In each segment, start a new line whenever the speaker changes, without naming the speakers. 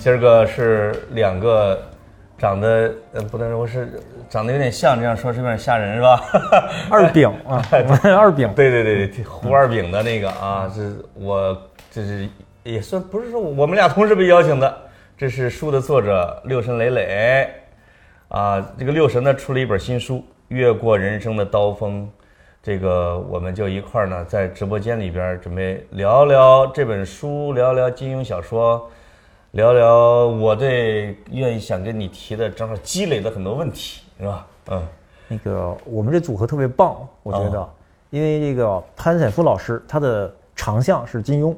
今儿个是两个长得呃不能说是长得有点像，这样说是有点吓人是吧？
二饼啊，二饼，
对对对对，胡二饼的那个啊，这我这是也算不是说我们俩同时被邀请的，这是书的作者六神磊磊啊，这个六神呢出了一本新书《越过人生的刀锋》，这个我们就一块儿呢在直播间里边儿准备聊聊这本书，聊聊金庸小说，聊聊我对愿意想跟你提的正好积累的很多问题，是吧？嗯，
那个我们这组合特别棒，我觉
哦
得，因为这个潘采夫老师他的长项是金庸，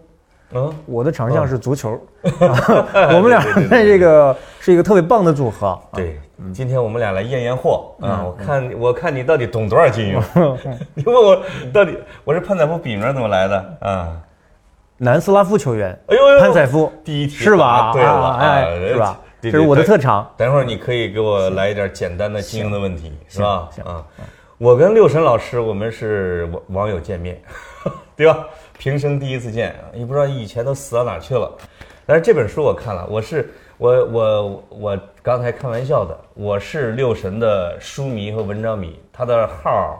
嗯，
我的长项是 足球，我们俩在这个是一个特别棒的组合。
啊对，今天我们俩来验验货
嗯
啊！我看我看你到底懂多少 金庸？ 你问我到底我是潘采夫笔名怎么来的啊？
南斯拉夫球员，
哎呦哎呦
潘采夫，
第一题
是吧？
答对了
啊哎，
啊
是吧？
对
这是我的
对
特长。
啊等会儿你可以给我来一点简单的金庸的问题，是吧？
行
啊，我跟六神老师我们是网网友见面， 对吧？平生第一次见，也不知道以前都死到哪儿去了。但是这本书我看了，我是我我我刚才开玩笑的，我是六神的书迷和文章迷，他的号儿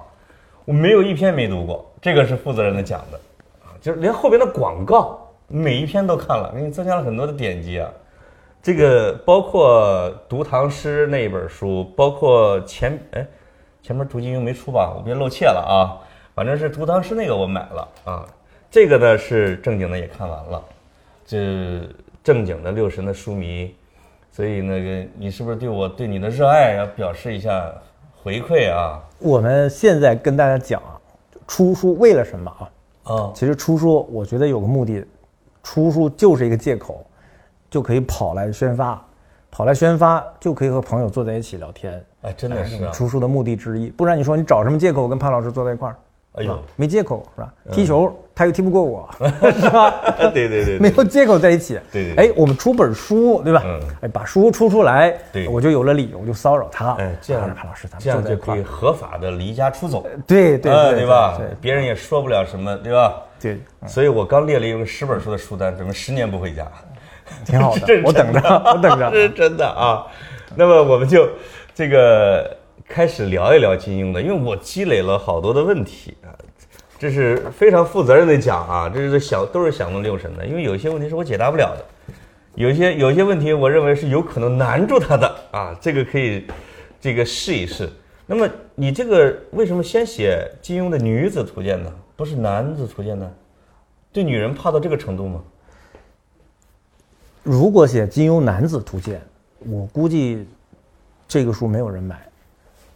我没有一篇没读过，这个是负责任的讲的，啊，就是连后边的广告每一篇都看了，给你增加了很多的点击啊。这个包括读唐诗那一本书，包括前哎前面读金庸没出吧，我别露怯了啊。反正是读唐诗那个我买了啊，这个呢是正经的也看完了，这正经的六神的书迷，所以那个你是不是对我对你的热爱要表示一下回馈啊？
我们现在跟大家讲啊，出书为了什么啊？
啊，
其实出书，我觉得有个目的，出书就是一个借口，就可以跑来宣发，跑来宣发就可以和朋友坐在一起聊天，
哎，真的是啊，
出书的目的之一。不然你说你找什么借口跟潘老师坐在一块儿？
哎
是吧
呦，
没借口是吧？
嗯
踢球他又踢不过我， 是吧？
对对对，对
没有借口在一起。
对对对
哎，我们出本书，对吧
嗯？
哎，把书出出来，
对
我就有了理由，我就骚扰他。
哎，这
啊
样
潘老师，咱们
这
坐
样
在一
就
块
可以
儿。
合法的离家出走，
对对
哎
对
对吧？
对嗯
别人也说不了什么，对吧？
对，
所以我刚列了一个十本书的书单，准备十年不回家，
挺好
这是
的，我等着，我等 着。
这是真的啊。那么我们就这个开始聊一聊金庸的，因为我积累了好多的问题啊，这是非常负责任的讲啊，这是想都是想问六神的，因为有一些问题是我解答不了的，有一些有一些问题我认为是有可能难住他的啊，这个可以这个试一试。那么你这个为什么先写金庸的女子图鉴呢？不是男子图鉴呢？对女人怕到这个程度吗？
如果写金庸男子图鉴，我估计这个书没有人买。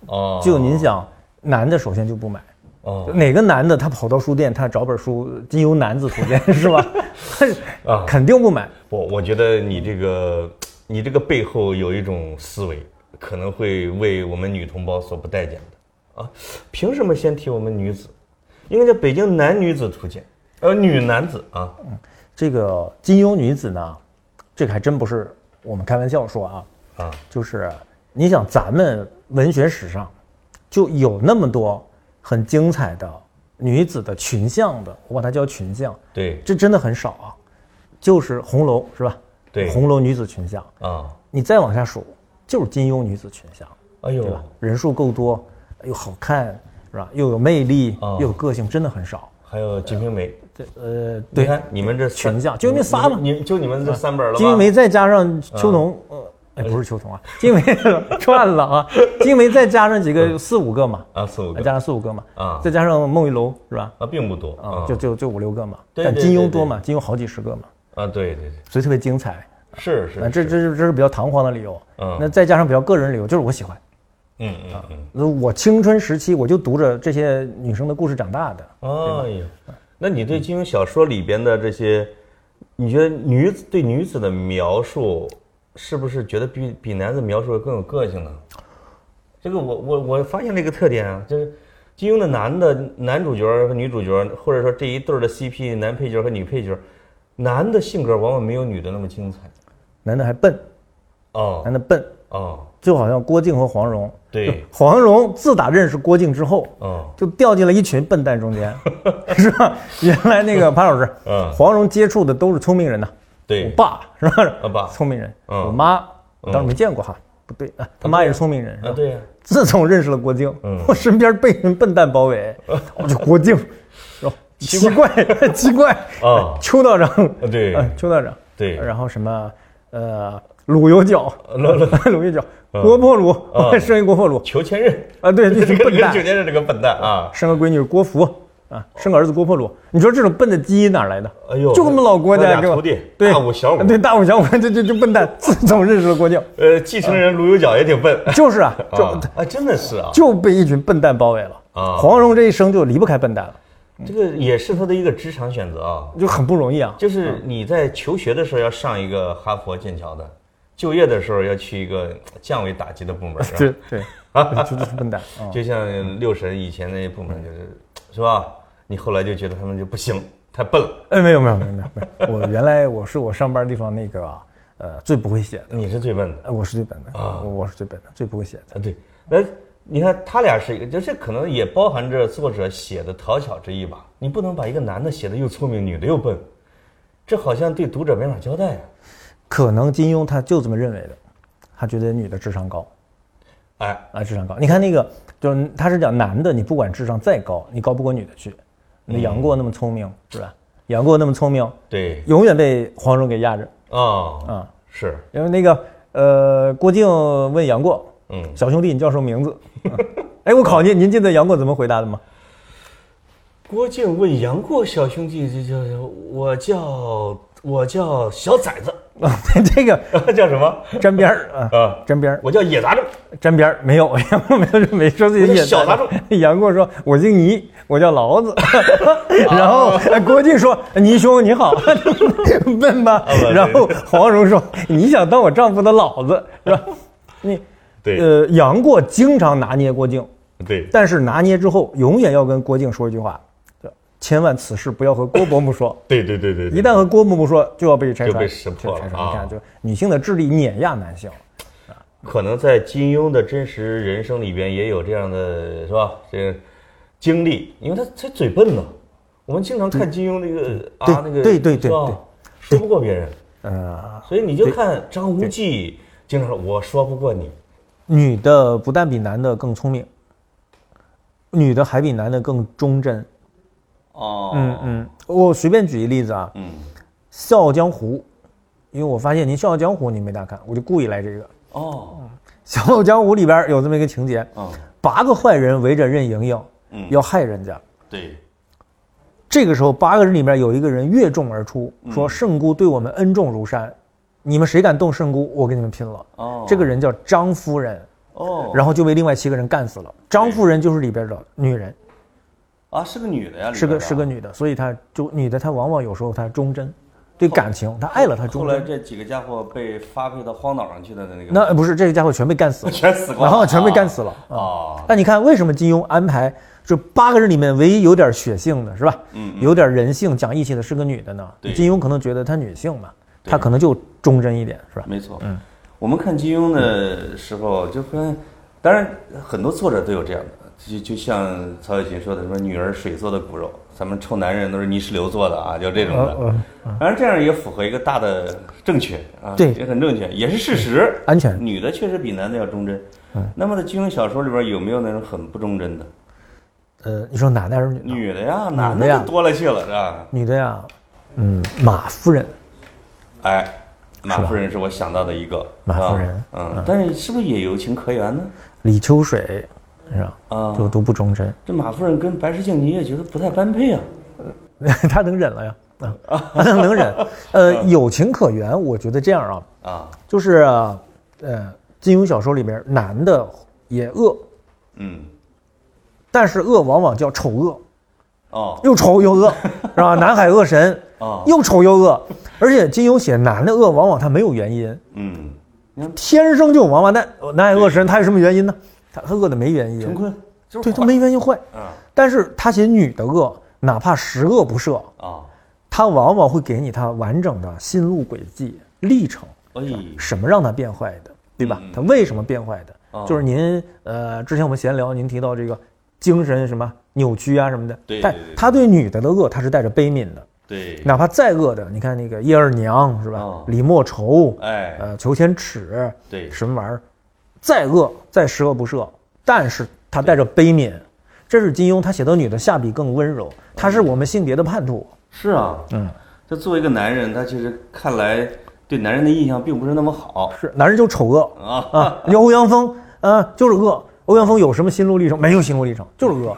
哦，
就您想，男的首先就不买。
哦，
哪个男的他跑到书店，他找本书《金庸男子图鉴》是吧？
啊
肯定不买。
我我觉得你这个，你这个背后有一种思维，可能会为我们女同胞所不待见的啊！凭什么先提我们女子？应该叫《北京男女子图鉴》，呃，女男子啊，
这个金庸女子呢，这个还真不是我们开玩笑说啊，
啊，
就是你想咱们文学史上就有那么多很精彩的女子的群像的，我把它叫群像，
对
这真的很少啊。就是红楼是吧？
对
红楼女子群像，
啊，
你再往下数，就是金庸女子群像。
哎
对吧
呦，？
人数够多，又好看，是吧？又有魅力，
啊
又有个性，真的很少。
还有《金瓶梅》，
对，呃，
你
对，
看你们这三
群像就那仨吧
你你就你们这三本了吧？
金梅再加
嗯
上秋桐，呃，哎，不是秋 桐啊，金梅 串了啊，金梅再加上几个四五个嘛，
啊，四嗯五
加
个
上四五个嘛，
啊
再加上孟玉楼是吧？
啊，并不多
啊
啊，，
就就就五六个嘛，
对
但
对
金
对
庸
对
多嘛，金庸好几十个嘛，
啊，对对对，
所以特别精彩。
是是
啊，，这
是
这是这是比较堂皇的理由。
嗯
那再加上比较个人理由，就是我喜欢。
嗯嗯嗯。
那我青春时期我就读着这些女生的故事长大的，
哎呦，那你对金庸小说里边的这些，你觉得女子对女子的描述，是不是觉得比比男子描述的更有个性呢？这个我我我发现了一个特点啊，就是金庸的男的男主角和女主角，或者说这一对儿的 CP 男配角和女配角，男的性格往往没有女的那么精彩。
男的还笨，
哦
男的笨，
哦，
就好像郭靖和黄蓉。
对，
黄蓉自打认识郭靖之后，
哦
就掉进了一群 笨蛋中间，是吧？原来那个潘老师，
嗯
黄蓉接触的都是聪明人呐、
对
我爸是吧？
我爸
聪明人，
嗯
我妈我当时没见过哈，不对啊，他妈也是聪明人是
啊，
吧？
对呀、
自从认识了郭靖，
嗯
我身边被人笨蛋包 围，我就郭靖，然后奇怪 奇怪，
哦
邱道长，
啊，对，
呃邱道长，
对
然后什么呃卤油角，
卤卤
卤油角，国破卤，我还生一国 破卤
求前任，
啊，对，
嗯这
这
个
群笨
跟酒
蛋，
店是这个笨蛋啊，
生个闺女郭芙啊，生个儿子郭破卤，你说这种笨的基因哪来的？
哎呦
就我们老郭
那
家
俩
给我
徒弟
对
大武小武
对大武小 武，这这这笨蛋，自从认识了 郭靖，
呃，继承人卢有角也挺笨，
就是啊，
啊
就
啊，真的是啊，
就被一群笨蛋包围了。
啊
黄蓉这一生就离不开笨蛋了，
这个也是他的一个职场选择啊，
就很不容易啊。
就是你在求学的时候要上一个哈佛、剑桥的，就业的时候要去一个降维打击的部门，是吧
对对，就就是笨蛋 啊。
就像六神以前那些部门就是，是吧？你后来就觉得他们就不行，太笨了。
哎，没有没有没有没有没有，我原来我是我上班地方那个啊呃最不会写的，
你是最笨的
呃我是最笨的，我我是最笨的，最不会写
啊！
的。
对，那你看他俩是一个，就这可能也包含着作者写的讨巧之意吧。你不能把一个男的写的又聪明，女的又笨，这好像对读者没法交代啊。
可能金庸他就这么认为的，他觉得女的智商高
哎，
啊，智商高。你看那个就是他是讲男的，你不管智商再高，你高不过女的去。那杨过那么聪明是吧？杨过那么聪明，
对，
永远被黄蓉给压着。
哦，
啊
是，
因为那个呃，郭靖问杨过，
嗯，
小兄弟，你叫什么名字？ 啊哎，我考您，您记得杨过怎么回答的吗？
郭靖问杨过小兄弟，这叫我叫我叫小崽子，
啊，这个
叫什么？
沾边儿啊，
啊，
沾边儿，
我叫野杂种。
沾边儿，没有， 杨过没有没说自己
我
也
是小杂种。
杨过说：“我姓倪，我叫劳子。”
哦
然后哎郭靖说：“倪兄你好， 问吧。
哦对”
然后黄蓉说：“你想当我丈夫的老子是吧？”你
对
呃，杨过经常拿捏郭靖，
对，
但是拿捏之后，永远要跟郭靖说一句话：千万此事不要和郭伯母说。
对对对对，对
一旦和郭伯母说，就要被拆
就
穿，
被识破了
拆穿
啊
你看，就女性的智力碾压男性。
可能在金庸的真实人生里边也有这样的，是吧？这个经历，因为他他嘴笨呢。我们经常看金庸那个啊，那
对
个
对对
是
对
吧说
对
不过别人，
呃，
所以你就看张无忌经常说我说不过你，
女的不但比男的更聪明，女的还比男的更忠贞。
哦，
嗯嗯，我随便举一例子啊，《
嗯
笑傲江湖》，因为我发现您《笑傲江湖》您没大看，我就故意来这个。
哦
《笑傲江湖》里边有这么一个情节，
哦，
八个坏人围着任盈盈
嗯，
要害人家。
对，
这个时候，八个人里面有一个人越众而出，
嗯
说：“圣姑对我们恩重如山，你们谁敢动圣姑，我跟你们拼了。”
哦
这个人叫张夫人，
哦
然后就被另外七个人干死了。张夫人就是里边的女人，
啊是个女的啊呀，
是个是个女的，所以她就女的，她往往有时候她忠贞，对感情，她爱了她忠贞。
这几个家伙被发配到荒岛上去的那
那呃不是这个家伙全被干死了，
全死
然后全被干死了啊。
哦，
那你看，为什么金庸安排这八个人里面唯一有点血性的是吧？
嗯
有点人性、讲义气的是个女的呢
对？
金庸可能觉得她女性嘛，
对
她可能就忠贞一点是吧？
没错，嗯，我们看金庸的时候，就发现，当然很多作者都有这样的，就就像曹雪芹说的，什么女儿水做的骨肉，咱们臭男人都是泥石流做的啊，就这种
哦
的。当然这样也符合一个大的正确啊，
对
也很正确，也是事实。
安全嗯
女的确实比男的要忠贞。那么在金庸小说里边有没有那种很不忠贞的？
呃，你说哪代儿嗯女呢？
女的呀，
的呀
男的就多了去了，是吧？
女的呀，嗯，马夫人，
哎，马夫人是我想到的一个。
马夫人
啊嗯，但是是不是也有情可原呢？
李秋水是吧？
啊
就都不忠贞，
这马夫人跟白石静，你也觉得不太般配啊？
她能忍了呀，啊， 她能忍。呃，
嗯
有情可原，我觉得这样啊，
啊，
就是呃，金庸小说里面男的也恶，
嗯，
但是恶往往叫丑恶。
哦，
又丑又恶，是吧？南海恶神
哦
又丑又恶，而且金庸写男的恶，往往他没有原因，
嗯，你看
天生就王八蛋。南海恶神他有什么原因呢？他他恶的没原
陈
因，
坤就是
对他没原因坏。
啊
但是他写女的恶，哪怕十恶不赦，
啊，
他往往会给你他完整的心路轨迹历程，
哎，
什么让他变坏的，对吧
嗯？
他为什么变坏
哦
的？就是您呃，之前我们闲聊，您提到这个精神什么扭曲啊什么的
对对，
但
对对
他对女的的恶，他是带着悲悯的。
对，
哪怕再恶的，你看那个叶二娘是吧？
哦
李莫愁，
哎，
呃，裘千尺，
对，
什么玩意儿，再恶再十恶不赦，但是他带着悲悯，这是金庸他写的女的下笔更温柔，她
嗯
是我们性别的叛徒。
是啊，嗯，这作为一个男人，他其实看来对男人的印象并不是那么好
是男人就丑恶
啊。
啊！你说欧阳锋，呃，就是恶。欧阳锋有什么心路历程？没有心路历程，就 是恶。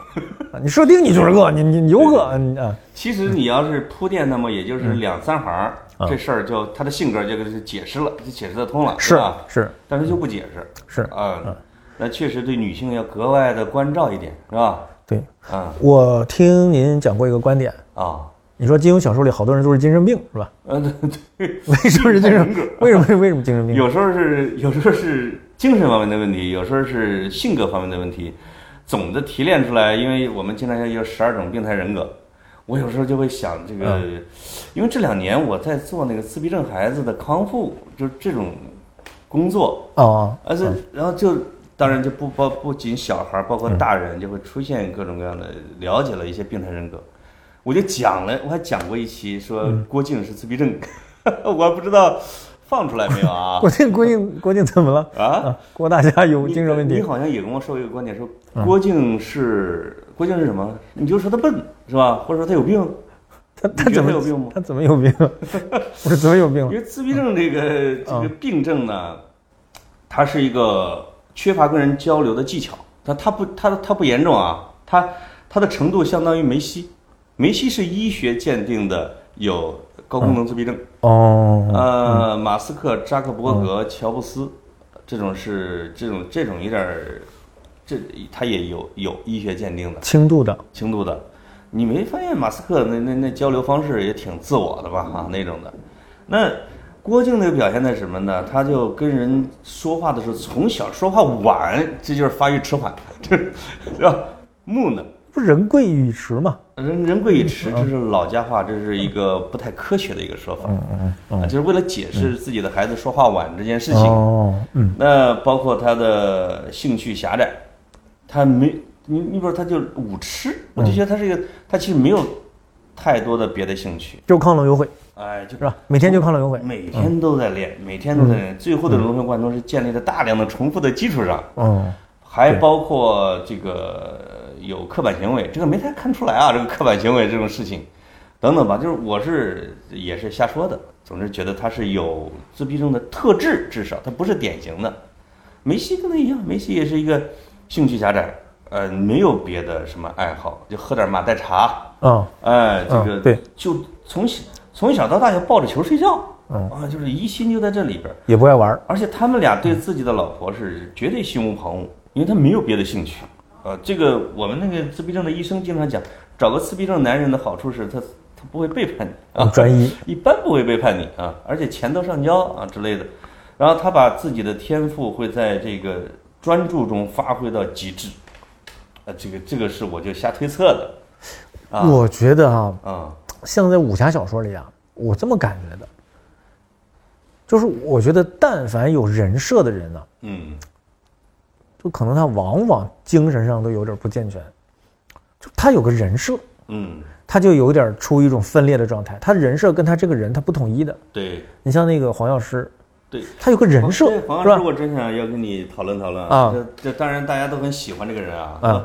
啊你设定你就是恶，你你你就恶，你啊，
其实你要是铺垫，那么也就是两三行儿，这事儿就他的性格就给解释了，就解释得通了，
是
吧？
是
但是就不解释，
是，
啊，那确实对女性要格外的关照一点，是吧？
对。
啊
我听您讲过一个观点，
啊，
你说金庸小说里好多人都是精神病，是吧？
嗯，对对，
为什么 是精神？为什么为什么精神病？
有时候是有时候是精神方面的问题，有时候是性格方面的问题，总的提炼出来，因为我们经常要有十二种病态人格。我有时候就会想这个，因为这两年我在做那个自闭症孩子的康复，就是这种工作，
哦，
而且然后就当然就不包不仅小孩儿，包括大人就会出现各种各样的了解了一些病态人格。我就讲了，我还讲过一期说郭靖是自闭症， 我还不知道放出来没有 啊
郭靖郭靖郭靖怎么了？
啊！
啊，郭大侠有
你
精神问
你
题。
好像也跟我说过一个观点，说郭靖是郭靖是什么？你就说他笨是吧？或者说他有病，
他他
你觉
怎
得
么
有病吗
他怎么有病？ 不是怎么有病
因为自闭症这个
嗯
这个病症呢，它是一个缺乏跟人交流的技巧。它它不它它不严重啊，它它的程度相当于梅西，梅西是医学鉴定的有高功能自闭症。
哦，
呃，马斯克、扎克伯格、乔布斯，这种是这种这种有点儿，这他也有有医学鉴定的。
轻度的，
轻度的。你没发现马斯克那那那交流方式也挺自我的吧？哈、那种的。那郭靖那个表现在什么呢？他就跟人说话的时候，从小说话晚，这就是发育迟缓， 这对吧？木讷，
不是人贵语迟嘛？
人人贵以迟，这是老家话，这是一个不太科学的一个说法，
嗯
啊，就是为了解释自己的孩子说话晚这件事情。
哦，嗯，
那包括他的兴趣狭窄，他没你你比如说他就舞痴，我
嗯
就觉得他是一个他其实没有太多的别的兴趣，
就抗冷游会
哎，就是
吧？每天就抗冷游会。
每天都在练，每天
嗯
都在练，最后的融会贯通是建立在大量的重复的基础上，
嗯，
还包括这个呃有刻板行为，这个没太看出来啊，这个刻板行为这种事情，等等吧，就是我是也是瞎说的，总之觉得他是有自闭症的特质，至少他不是典型的。梅西跟他一样，梅西也是一个兴趣狭窄，呃，没有别的什么爱好，就喝点马黛茶，
啊，
哎，这个、
嗯对，
就从小从小到大就抱着球睡觉，
嗯
啊，就是一心就在这里边儿。
也不爱玩儿。
而且他们俩对自己的老婆是绝对心无旁骛，因为他没有别的兴趣。呃，这个我们那个自闭症的医生经常讲，找个自闭症男人的好处是他他不会背叛你啊
很，专一，
一般不会背叛你啊，而且钱都上交啊之类的。然后他把自己的天赋会在这个专注中发挥到极致，啊，这个这个是我就瞎推测的啊
我觉得哈、
啊，
像在武侠小说里啊，我这么感觉的，就是我觉得但凡有人设的人呢、啊
嗯，
就可能他往往精神上都有点不健全，就他有个人设，
嗯，
他就有点处于一种分裂的状态，他人设跟他这个人他不统一的。
对
你像那个黄药师，
对，
他有个人设
对黄
是
老师，
吧？
我真想要跟你讨论讨论
啊
这这当然大家都很喜欢这个人啊。
啊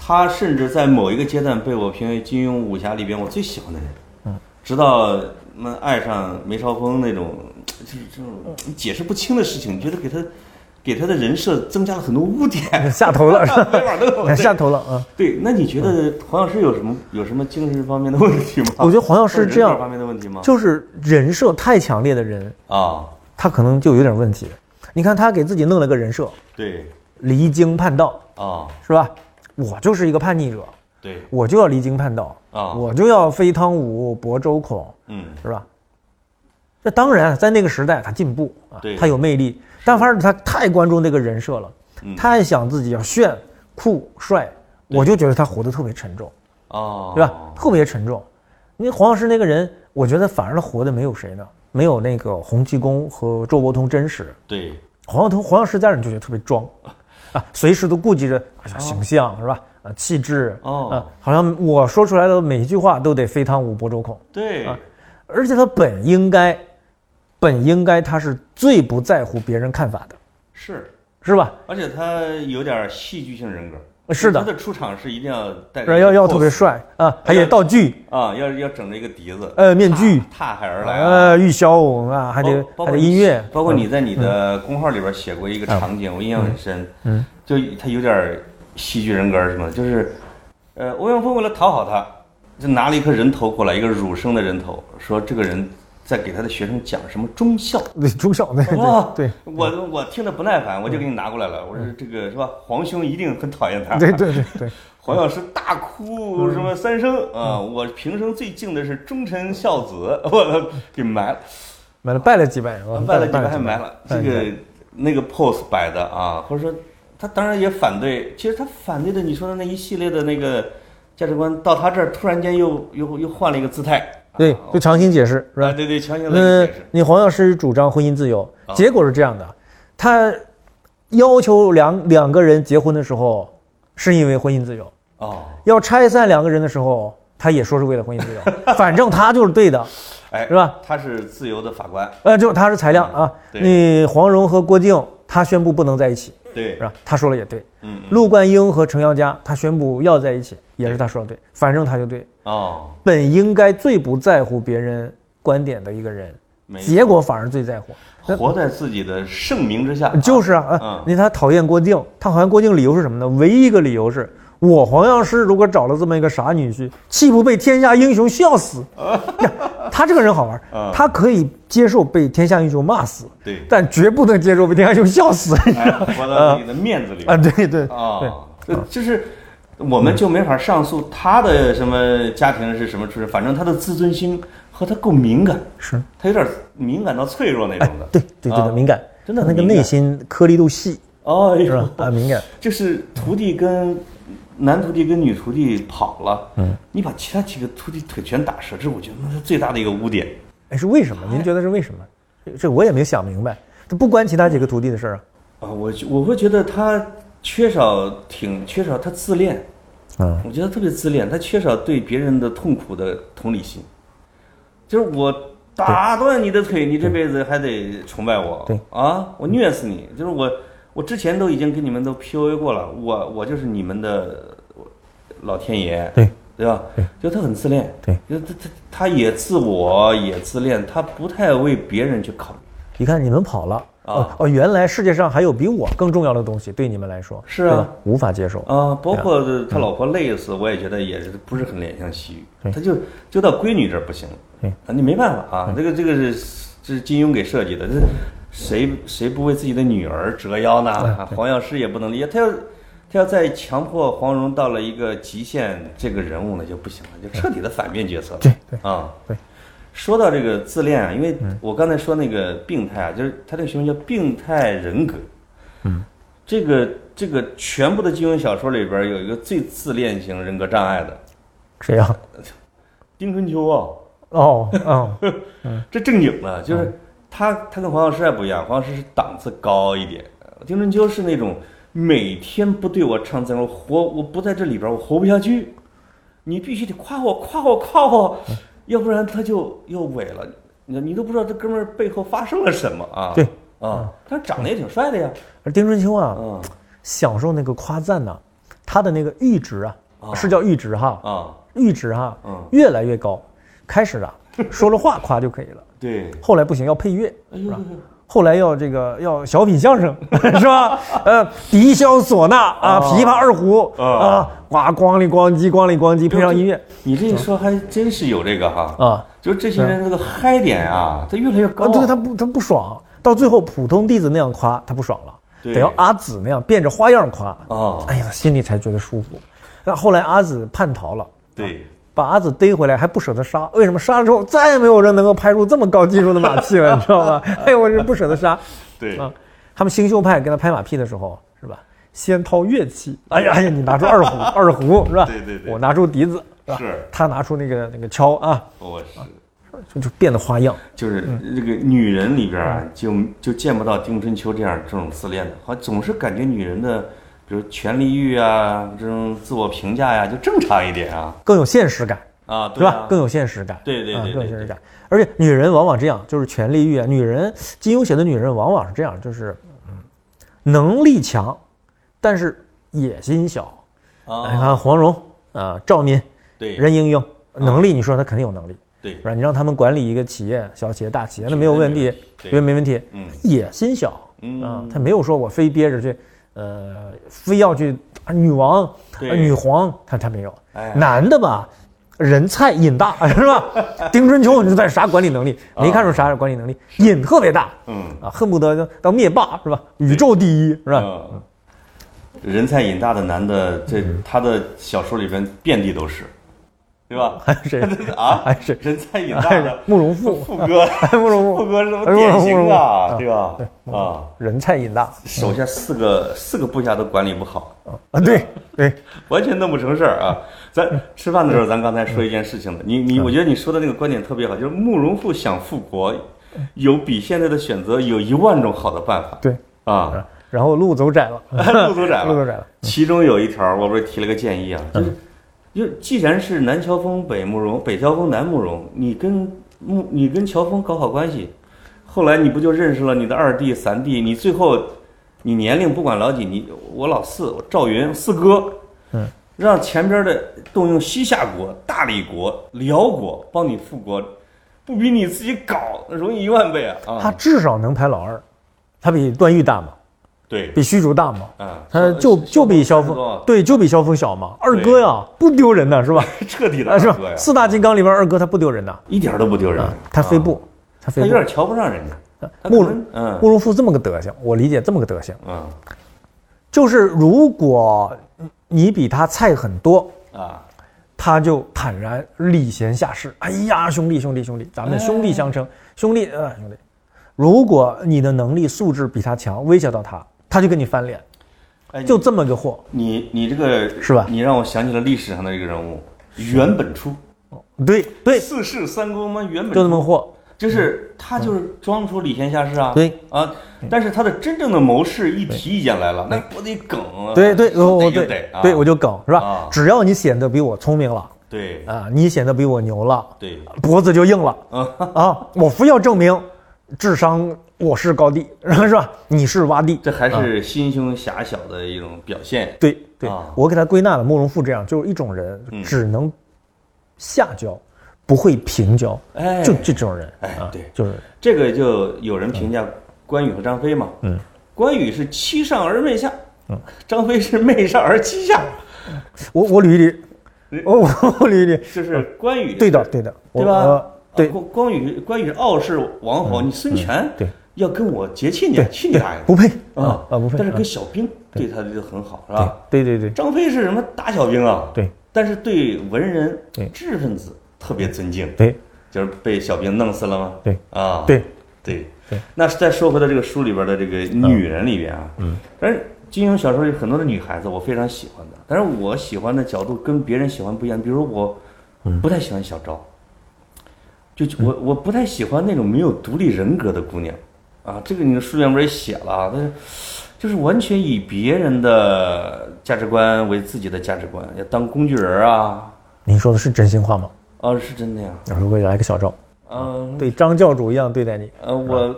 他甚至在某一个阶段被我评为金庸武侠里边我最喜欢的人。嗯，直到那爱上梅超风那种，就是这种解释不清的事情，你觉得给他给他的人设增加了很多污点，
下头了，是
没法弄。
吧？下头了啊！
对，那你觉得黄药师有什么有什么精神方面的问题吗？
嗯我觉得黄药师这
或
样
者人格方面的问题吗？
就是人设太强烈的人，
啊，
他可能就有点问题。你看他给自己弄了个人设，
对
离经叛道，
啊，
是吧？我就是一个叛逆者，
对，
我就要离经叛道
啊
我就要飞汤舞搏周孔，
嗯，
是吧？这当然，在那个时代他进步啊
对，
他有魅力，但反正他太关注那个人设了，
嗯
太想自己要炫、酷、帅，我就觉得他活得特别沉重，
哦，
对吧？特别沉重。你黄药师那个人，我觉得反而他活的没有谁呢，没有那个洪七公和周伯通真实。
对，
黄药通、黄药师家人就觉得特别装，啊，随时都顾及着哎呀形象是吧？啊，啊气质，
哦
啊，好像我说出来的每一句话都得非汤无波周孔，
对，
啊而且他本应该，本应该他是最不在乎别人看法的，
是，
是吧？
而且他有点戏剧性人格。
呃是的
他的出场是一定要带着
要要要
pose
特别帅啊，还有道具，
啊，要要整着一个笛子，
呃，面具，
踏海而来啊。
呃，玉箫啊，还得
包包
还
括
得
你
音乐，嗯
包括你在你的公号里边写过一个场景，我印象很深。嗯，就他有点戏剧人格是吗？就是，呃，欧阳锋为了讨好他，就拿了一颗人头过来，一个儒生的人头，说这个人在给他的学生讲什么忠孝。
对中小那
哇，
对
我
嗯
我听得不耐烦，我就给你拿过来了。我说这个是吧？皇兄一定很讨厌他。
对对嗯对对对，
黄药师大哭什么三声啊！我平生最敬的是忠臣孝子， 我给埋了。
买了拜了几拜，我
卖啊了几
拜
百还
几拜
埋了，
嗯
这个那个 pose 摆的啊，或者说他当然也反对，其实他反对的你说的那一系列的那个价值观，到他这儿突然间又又又换了一个姿态，
对
啊，
就强行解释是吧
啊？对对，强行的
嗯
解释，，
你黄药师主张婚姻自由，
啊
结果是这样的，他要求两两个人结婚的时候，是因为婚姻自由；
哦，
要拆散两个人的时候，他也说是为了婚姻自 由。反正他就是对的，
哎，
是吧？
他是自由的法官，
呃，就他是裁量啊。
嗯对
你黄蓉和郭靖，他宣布不能在一起，
对
是，吧？他说了也对。
嗯，嗯
陆冠英和程咬金，他宣布要在一起，也是他说的对。反正他就对，
哦，
本应该最不在乎别人观点的一个人，
没
结果反而最在乎。
活在自己的盛名之下，
就是啊，
嗯
啊，你看他讨厌郭靖，他讨厌郭靖理由是什么呢？唯一一个理由是我黄药师如果找了这么一个傻女婿，岂不被天下英雄笑 死？呀他这个人好玩
嗯，
他可以接受被天下英雄骂死，
对，
但绝不能接受被天下英雄笑死。
哎，活到自己的面子里
啊，对对对
啊，呃就是我们就没法上诉他的什么家庭是什么出身，反正他的自尊心和他够敏感，
是，
他有点敏感到脆弱那
哎
种的。，
对对对
啊
对，敏感，
真的
那
很
个
敏感
内心颗粒度细
哦，哎
是吧
呦？，
啊，敏 感。
就是徒弟跟男徒弟跟女徒弟跑了，嗯，你把其他几个徒弟腿全打折，这是我觉得那是最大的一个污点。
哎，是为什么？您觉得是为什么？这这我也没想明白，这不关其他几个徒弟的事儿啊。
啊，我就我会觉得他缺少挺缺少他自恋，
嗯，
我觉得特别自恋，他缺少对别人的痛苦的同理心，就是我打断你的腿，你这辈子还得崇拜我，
对
啊，我虐死你，就是我我之前都已经跟你们都 PUA 过了，我我就是你们的老天爷，
对
对吧？就他很自恋，
对，
就他他他也自我也自恋，他不太为别人去考虑，
一看你们跑了，哦
啊
哦，原来世界上还有比我更重要的东西，对你们来说
是啊
对吧无法接 受。
啊，包括
嗯
他老婆累死，我也觉得也是不是很怜香惜玉。他就就到闺女这儿不行了，啊，你没办法啊，这个这个是这是金庸给设计的，这谁谁不为自己的女儿折腰呢？啊黄药师也不能理解，他要他要再强迫黄蓉到了一个极限，这个人物呢就不行了，就彻底的反面角色了。
对对
啊，
对。嗯
说到这个自恋啊，因为我刚才说那个病态啊，就是他这个学问叫病态人格。这个这个全部的金庸小说里边有一个最自恋型人格障碍的
谁呀？
丁春秋啊，
哦哦，
这正经的，就是他他跟黄药师还不一样，黄药师是档次高一点，丁春秋是那种每天不对我唱赞我活我不在这里边我活不下去，你必须得夸我夸我夸我，要不然他就又萎了，你你都不知道这哥们儿背后发生了什么啊？
对
啊，他长得也挺帅的呀，
而丁春秋啊，
嗯
享受那个夸赞呐，他的那个阈值啊，是叫阈值哈，
啊
阈值哈
嗯，
越来越高。开始啊，说了话夸就可以了，
对，
后来不行，要配乐，
哎呦。
后来要这个要小品相声 是吧？呃，笛箫唢呐啊，
哦
琵琶二胡
哦
啊，哇，咣里咣叽，咣里咣叽，配上音乐
你这一说还真是有这个哈，
啊，
就是这些人这个嗨点啊，他越来越高。
啊，对他不他不爽，到最后普通弟子那样夸他不爽了，
对
得要阿紫那样变着花样夸，
哦
哎呀，他心里才觉得舒服。那后来阿紫叛逃了，
对，
把阿紫逮回来还不舍得杀，为什么杀了之后再也没有人能够拍出这么高技术的马屁了，你知道吗？ 哎呦，我是不舍得杀。
对
啊，他们新秀派跟他拍马屁的时候，是吧？先掏乐器，哎呀哎呀，你拿出二胡，二胡是吧？
对对对
我拿出笛子，是吧？
是
他拿出那个那个锹啊，
我是
就就变得花样。
就是这个女人里边啊，就就见不到丁春秋这样这种自恋的，好像总是感觉女人的比如权力欲啊，这种自我评价呀、就正常一点啊
更有现实感，
啊，
是
对
吧
啊？，
更有现实感，
对对
啊
对
更有
对
现实
对，
感。而且女人往往这样，就是权力欲啊。女人，金庸写的女人往往是这样，就是嗯能力强，但是野心小。你
啊，
看黄蓉啊、赵敏、
对，哦
任盈盈，能力你说她肯定有能力，
对
是，吧？你让他们管理一个企业，小企业、大企业，那没有
绝对
问
没
题，
对
绝对没问题。
嗯
野心小，啊
嗯，，
他没有说我非憋着去，呃，非要去啊女王、啊
对
女皇，他他没有。
哎
男的吧，人菜瘾大 是吧？丁春秋你说他啥管理能力？没看出啥管理能力，瘾特别大
嗯
啊，恨不得就当灭霸是吧？宇宙第一是吧？
嗯，人才瘾大的男的，这他的小说里边遍地都是，对吧？
还 是谁？
啊，
还是
人才瘾大
还是
的
慕容复，
富哥，
慕容
富
复，
哥是什
哎
么典型
慕容
啊，
复
对吧？啊，
人菜瘾大
手下四个四个部下都管理不好，
啊，对对，
完全弄不成事儿 啊！咱吃饭的时候，咱刚才说一件事情了，你你，我觉得你说的那个观点特别好，就是慕容复想复国，有比现在的选择有一万种好的办法。
对
啊，
然后路走 窄了，
路走窄
路走
了。
窄了，
其中有一条，我不是提了个建议啊，
嗯
就是，就既然是南乔峰北慕容，北乔峰南慕容，你跟慕你跟乔峰搞好关系，后来你不就认识了你的二弟三弟，你最后你年龄不管老几，你我老四我赵云四哥，
嗯，
让前边的动用西夏国、大理国、辽国帮你复国，不比你自己搞容易一万倍啊！
他
啊，
至少能排老二，他比段誉大嘛，
对，
比虚竹大嘛。
啊，
他就就比萧
差不
峰
多
对，就比萧峰小嘛。二哥呀，不丢人呐，是吧？
彻底的
啊，是
大
吧
哥呀，？
四大金刚里边，二哥他不丢人呐，
一点都不丢人
啊，，他非
啊
不，他
他
非
有
不。
点瞧不上人家。他
慕
可
容
能嗯
慕容复这么个德行，我理解这么个德行，
嗯
就是如果你比他菜很多，
啊，
他就坦然礼贤下士。哎呀，兄弟兄弟兄弟，咱们兄弟相
哎
称，兄弟呃兄弟。如果你的能力素质比他强，威胁到他，他就跟你翻脸，
哎，
就这么个货。
你你这个
是吧
你让我想起了历史上的一个人物袁本初，
对对，
四世三公嘛，袁本初
就这么货。
就是他就是装出礼贤下士啊，
对
啊，但是他的真正的谋士一提意见来了，那我得梗啊，
对对，
说
我
得
我
就
对
得啊，
对我就梗是吧
啊？
只要你显得比我聪明了
对
啊，你显得比我牛了，
对
脖子就硬了
嗯
啊！我非要证明智商我是高地，是吧？你是洼地，
这还
啊
是心胸狭小的一种表现，
对对
啊，
我给他归纳了慕容复这样，就是一种人
嗯
只能下交，不会平交，
哎，
就这种人
哎
啊
对，
就是
这个就有人评
嗯
价关羽和张飞嘛，嗯，关羽是欺上而媚下，嗯，张飞是媚上而欺下，
我我捋一捋，我我我捋一捋，
就是关羽
嗯对的对的，我
对吧啊
我？对嗯
关关羽关羽是傲视王侯，你孙权
对
要跟我结亲去
对，
去你大爷！
不配啊
啊
啊不配，
但是
啊
跟小兵对他就很好，是吧？
对对对对
张飞是什么打小兵啊？
对，
但是对文人
对
知识分子特别尊敬，
对
就是被小兵弄死了吗？
对
啊，
对
对
对。
那再说回到这个书里边的这个女人里边啊，嗯，但是金庸小说里很多的女孩子我非常喜欢的，但是我喜欢的角度跟别人喜欢不一样，比如我
嗯
不太喜欢小昭，就我我不太喜欢那种没有独立人格的姑娘啊，这个你的书里面也写了啊，但是就是完全以别人的价值观为自己的价值观，要当工具人啊，
您说的是真心话吗？
啊是真的呀，
如果来个小赵，
嗯、
对张教主一样对待你，
呃，我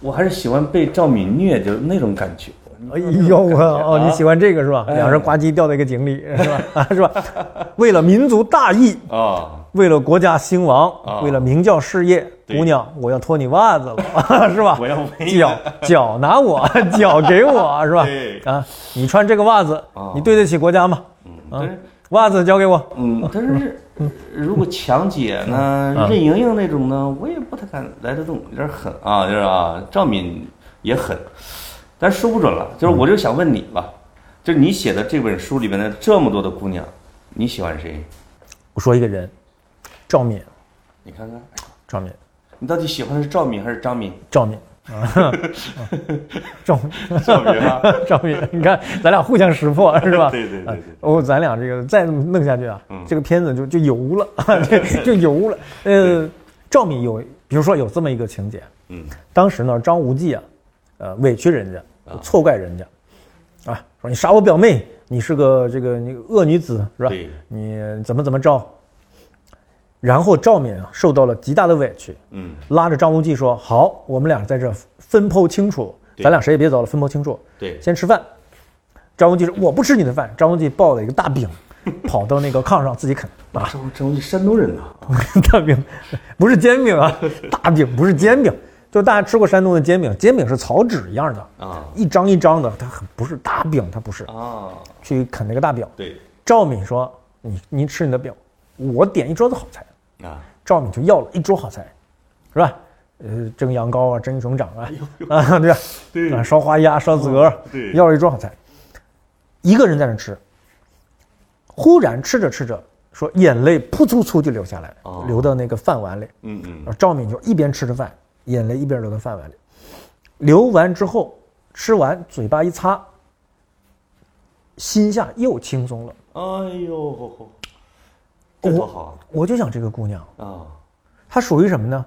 我还是喜欢被赵敏虐，就是那种感觉。
哎呦
嗯
我哦，你喜
欢
欢这个是吧？
哎
两人呱唧掉在一个井里是吧？ 啊是吧？为了民族大义，
啊？
为了国家兴
啊
亡，为了明教事业，
对
姑娘，我要脱你袜子了， 啊是吧？
我要闻一
脚
闻
脚拿我，脚给我，是吧
对？
啊，你穿这个袜子
啊，
你对得起国家吗？
嗯，
啊
但是
袜子交给我，
嗯，但是如果强姐呢，任盈盈那种呢，我也不太敢来得动，有点狠啊，就是啊，赵敏也狠，但是说不准了。就是我就想问你吧，就是你写的这本书里面的这么多的姑娘，你喜欢谁？
我说一个人，赵敏，
你看看，
赵敏，
你到底喜欢的是赵敏还是张敏？
赵敏，啊赵敏。
赵敏啊，
赵敏，你看咱俩互相识破是吧？
对对对对嗯
啊哦，咱俩这个再这么弄下去啊，这个片子就就油了， 就就油了。呃，赵敏有，比如说有这么一个情节，
嗯，啊
当时呢，张无忌啊，呃，委屈人家，错怪人家，啊，说你杀我表妹，你是个这个你恶女子是吧
对？
你怎么怎么着？然后赵敏啊受到了极大的委屈，
嗯，
拉着张无忌说：“好，我们俩在这分剖清楚，
对
咱俩谁也别走了，分剖清楚，
对，
先吃饭。”张无忌说：“我不吃你的饭。”张无忌抱了一个大饼，跑到那个炕上自己啃啊，
张张无忌山东人呐，
大饼不是煎饼啊，大饼不是煎饼，就大家吃过山东的煎饼，煎饼是草纸一样的
啊，
一张一张的，它很不是大饼，它不是
啊，
去啃那个大饼。
对
赵敏说：“你你吃你的饼，我点一桌子好菜。”
啊，
赵敏就要了一桌好菜，是吧？呃，蒸羊羔啊，蒸熊掌啊， 啊，对吧？
哎对嗯
啊，烧花鸭、烧子鹅，
对
要了一桌好菜。一个人在那吃，忽然吃着吃着，说眼泪噗噗噗就流下来，
哦
流到那个饭碗里。
嗯嗯
然后赵敏就一边吃着饭，眼泪一边流到饭碗里。流完之后，吃完嘴巴一擦，心下又轻松了。
哎呦，这多好
我就想这个姑娘，
啊！啊，
她属于什么呢？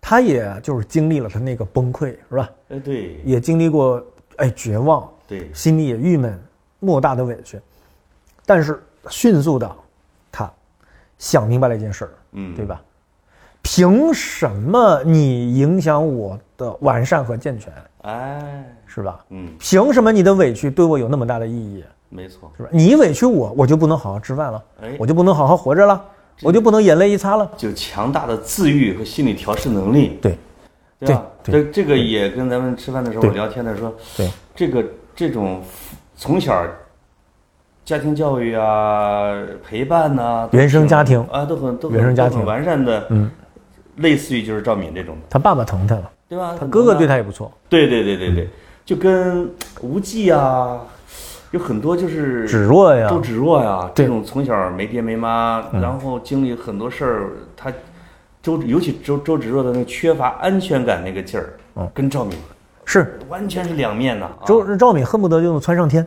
她也就是经历了她那个崩溃，是吧？
哎，对
也经历过哎绝望，
对，
心里也郁闷，莫大的委屈。但是迅速的，她想明白了一件事儿，
嗯，
对吧？凭什么你影响我的完善和健全，
哎，
是吧？
嗯，
凭什么你的委屈对我有那么大的意义，
没错，
是吧？你委屈我，我就不能好好吃饭了，
哎
我就不能好好活着了，我就不能眼泪一擦了。
就强大的自愈和心理调试能力，
对，
对吧？
对
这这个也跟咱们吃饭的时候
对
聊天的时候，
对，
这个这种从小家庭教育啊、陪伴呐、都
原生
挺
家庭
啊，都很都很
原生家
都很
庭
完善的，嗯，类似于就是赵敏这种的，
他爸爸疼他了，
对吧？
他哥哥对
他，
他也不错，
对对对对
嗯
对，就跟无忌啊，有很多就是
芷若呀，
周芷若呀，
对嗯
这种从小没爹没妈，然后经历很多事儿，她周尤其周周芷若的那个缺乏安全感那个劲儿，跟赵敏
是
完全是两面呐。啊
嗯周赵敏恨不得就能窜上天，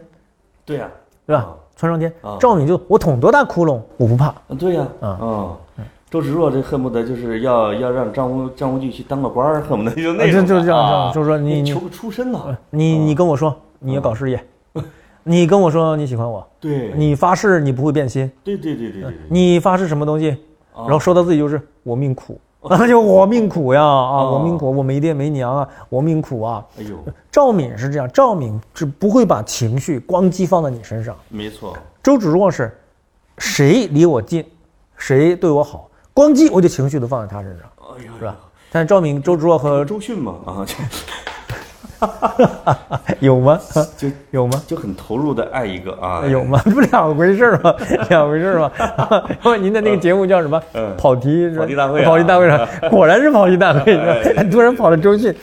对呀，
对吧
啊？
窜上天
啊，
赵敏就我捅多大窟窿我不怕，
对呀，
啊
嗯，周芷若这恨不得就是要要让张无张无忌去当个官儿，恨不得就
啊
那
就
种的
就这样
啊
这样就是说你你嗯
求个出身了，
你你跟我说你要搞事业，你跟我说你喜欢我，
啊对，
你发誓你不会变心，
对对对对对对，
你发誓什么东西，
啊
然后说到自己就是我命苦。啊， 就我命苦呀！啊，
哦
我命苦，我没爹没娘啊，我命苦啊！
哎呦，
赵敏是这样，赵敏是不会把情绪光激放在你身上，
没错，
周芷若是，谁离我近，谁对我好，光激我就情绪都放在他身上，
哎呦，
是吧？但赵敏、周芷 若和
周迅嘛，啊，就
有吗？
就
有吗？
就很投入的爱一个啊，
有吗？ 不两回事儿吗？ 两回事儿吗？ 因为您的那个节目叫什么？
嗯
跑题是吧
跑题大会啊哎
跑题大会 上，果然是跑题大会， 是吧突然跑到周迅。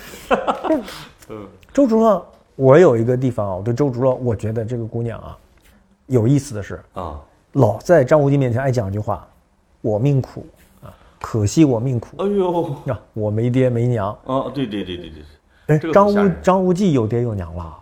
嗯
周芷若，我有一个地方啊，我对周芷若，我觉得这个姑娘啊，有意思的是，
啊，
老在张无忌面前爱讲一句话：“我命苦啊，可惜我命苦
哎呦，
啊，我没爹没娘。
哦，对对对对对
哎”
这个很
张
吓
无
人
张无忌有爹有娘了，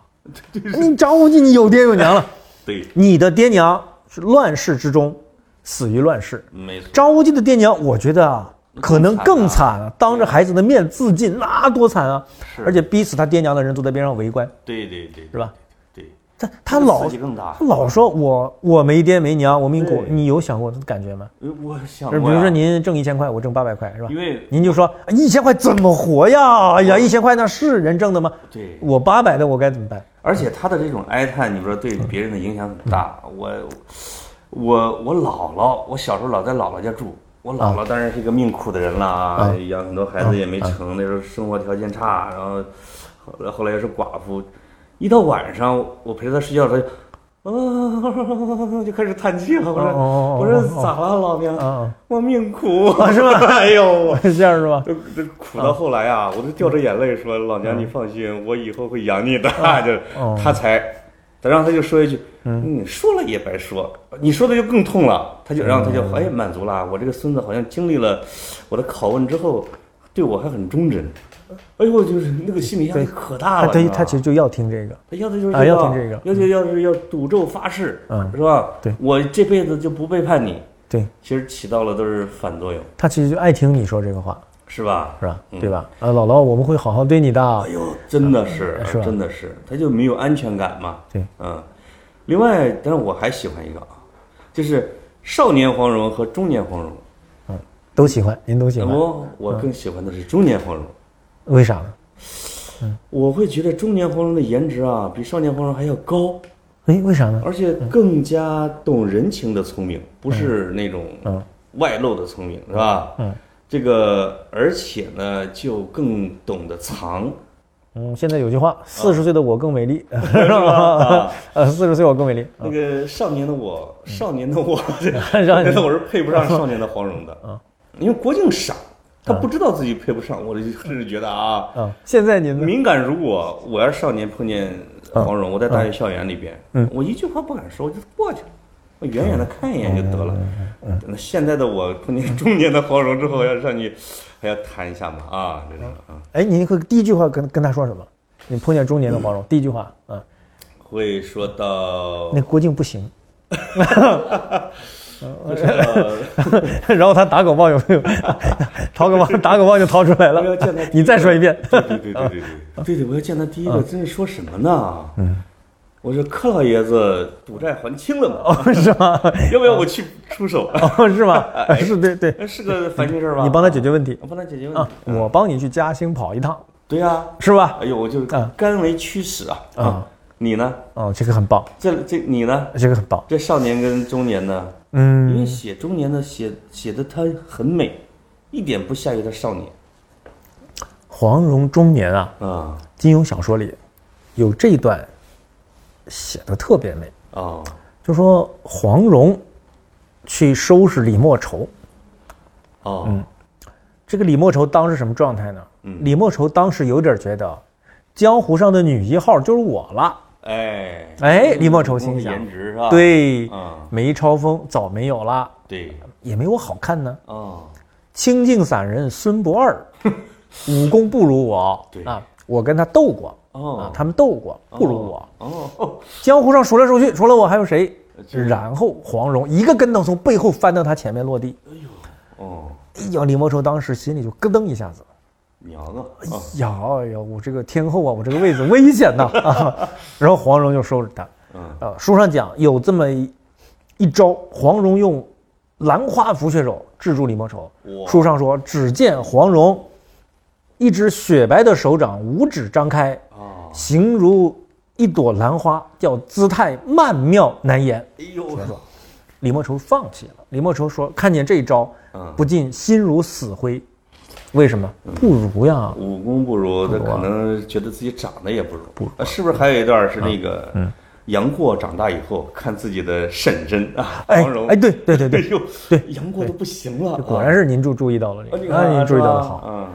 你张无忌你有爹有娘了，
对对，
你的爹娘是乱世之中死于乱世。
没错，
张无忌的爹娘，我觉得啊，可能更
更惨
惨啊，当着孩子的面自尽，那多惨啊！
是
而且逼死他爹娘的人都在边上围观，
对对对，
是吧？
对，
他他
这个
老
刺激更大
他老说我我没爹没娘，我命苦。
对
你有想过这感觉吗？
呃我想
就
过呀，
是比如说您挣一千块，我挣八百块，是吧
因？为
您就说啊一千块怎么活呀？哎呀，一千块那是人挣的吗？
对，
我八百的我该怎么办？
而且他的这种哀叹，你说对别人的影响很大。
嗯
我我我姥姥，我小时候老在姥姥家住。我姥
嗯
姥当然是一个命苦的人了啊，养很多孩子也没成，
嗯
那时候生活条件差，然后后来后来又是寡妇，一到晚上我陪她睡觉，她就啊 就开始叹气了。我说
哦哦哦
我说咋了，老
哦
娘？我命苦
啊是吧
哎呦，
是这样 是吧？
这这苦到后来啊，我都掉着眼泪说：“老娘，你放心，我以后会养你的。” 就是
嗯哦嗯
他才，然后他就说一句：“你说了也白说，你说的就更痛了。”他就然后他就
嗯
哎满足了，我这个孙子好像经历了我的拷问之后，对我还很忠贞。哎呦，就是那个心理压力可大
他
了。
他
你知道
哎他
吗
其实就要听这个。
他要的就是
啊
这
要
个
听这个
要就要是要赌咒发誓，
嗯
是吧？
对
我这辈子就不背叛你，
对
其实起到了都是反作用。
他其实就爱听你说这个话，
是吧？
是吧？对吧？啊，姥姥，我们会好好对你的啊
哎。呦，真的是，
嗯是吧
真的是，他就没有安全感嘛。
对，
嗯。另外，但是我还喜欢一个啊，就是少年黄蓉和中年黄蓉。
嗯，都喜欢，您都喜欢，
我我更喜欢的是中年黄蓉，
为啥呢？
我会觉得中年黄蓉的颜值啊，比少年黄蓉还要高，
哎，为啥呢？
而且更加懂人情的聪明，不是那种
嗯
外露的聪明，是吧？
嗯。
这个，而且呢，就更懂得藏，
嗯，现在有句话，四十岁的我更美丽，
啊 是吧？啊
呃，四十岁我更美丽。
那个少年的我，少年的我，这
嗯 少年的嗯
我是配不上少年的黄蓉的，因为郭靖傻，他不知道自己配不上，我就是觉得啊，
嗯，现在您呢？
敏感如我，我要是少年碰见黄
嗯
蓉，我在大学校园里边，我一句话不敢说，我就过去了，我远远的看一眼就得了。
嗯
那现在的我碰见中年的黄蓉之后，要上去还要谈一下嘛啊，这种啊，
哎，您会第一句话跟跟他说什么？你碰见中年的
嗯
黄蓉，第一句话啊，
会说到
那郭靖不行。
会说到。
然后他打狗棒有没有？ 掏 狗棒，打狗棒就掏出来
我要见他
了。你再说一遍。
对 对对对对对，对对，我要见他第一
啊
个，真是说什么呢？嗯，我说柯老爷子赌债还清了嘛，
哦，是 吗？
要不要我去出手？
哦，是吗？ 是，对对，
哎是个烦心事儿吧？嗯
你帮他解决问题
我帮他解决问
啊
题，。
我帮你去嘉兴跑一趟，
对呀，
是吧？
哎呦，我就是
嗯
甘为驱使啊
啊！
你呢？
哦，这个很棒，
这这你呢？
这个很棒。
这少年跟中年呢？因
嗯，
为写中年的写写的他很美，一点不下于他少年
黄蓉中年啊，
啊
金庸小说里有这一段写的特别美，
哦
就说黄蓉去收拾李莫愁，嗯
哦
这个李莫愁当时什么状态呢？
嗯
李莫愁当时有点觉得，江湖上的女一号就是我了。
哎
哎，李莫愁心想，
颜值是吧？
对，
啊
梅超风早没有了，
对
也没我好看呢。
哦。
清净散人孙不二，武功不如我
对
啊，我跟他斗过
哦
啊，他们斗过，不如我。
哦，
江湖上数来数去，除了我还有谁？
这
然后黄蓉一个跟头从背后翻到他前面落地，
哦，
哎呀，李莫愁当时心里就咯噔一下子，
娘啊！啊，
呀哎呀，我这个天后啊，我这个位子危险呐、 啊！然后黄蓉就收拾他。
嗯，
呃，书上讲有这么一一招，黄蓉用兰花拂血手制住李莫愁。
哇
书上说，只见黄蓉一只雪白的手掌五指张开，
啊，
形如一朵兰花，叫姿态曼妙难言。
哎呦，
李莫愁放弃了。李莫愁说：“看见这一招
嗯，
不禁心如死灰。为什么？不如呀。
武功不如，他
啊
可能觉得自己长得也不如。啊是不是还有一段是那个
嗯
杨过长大以后看自己的婶婶啊，
哎
黄蓉，
哎，对对对 对，
哎呦，对，杨过都不行了，
果然是您注注意到了
啊，
这
你
个，
看
啊，您注意到的
是吧
好。
嗯，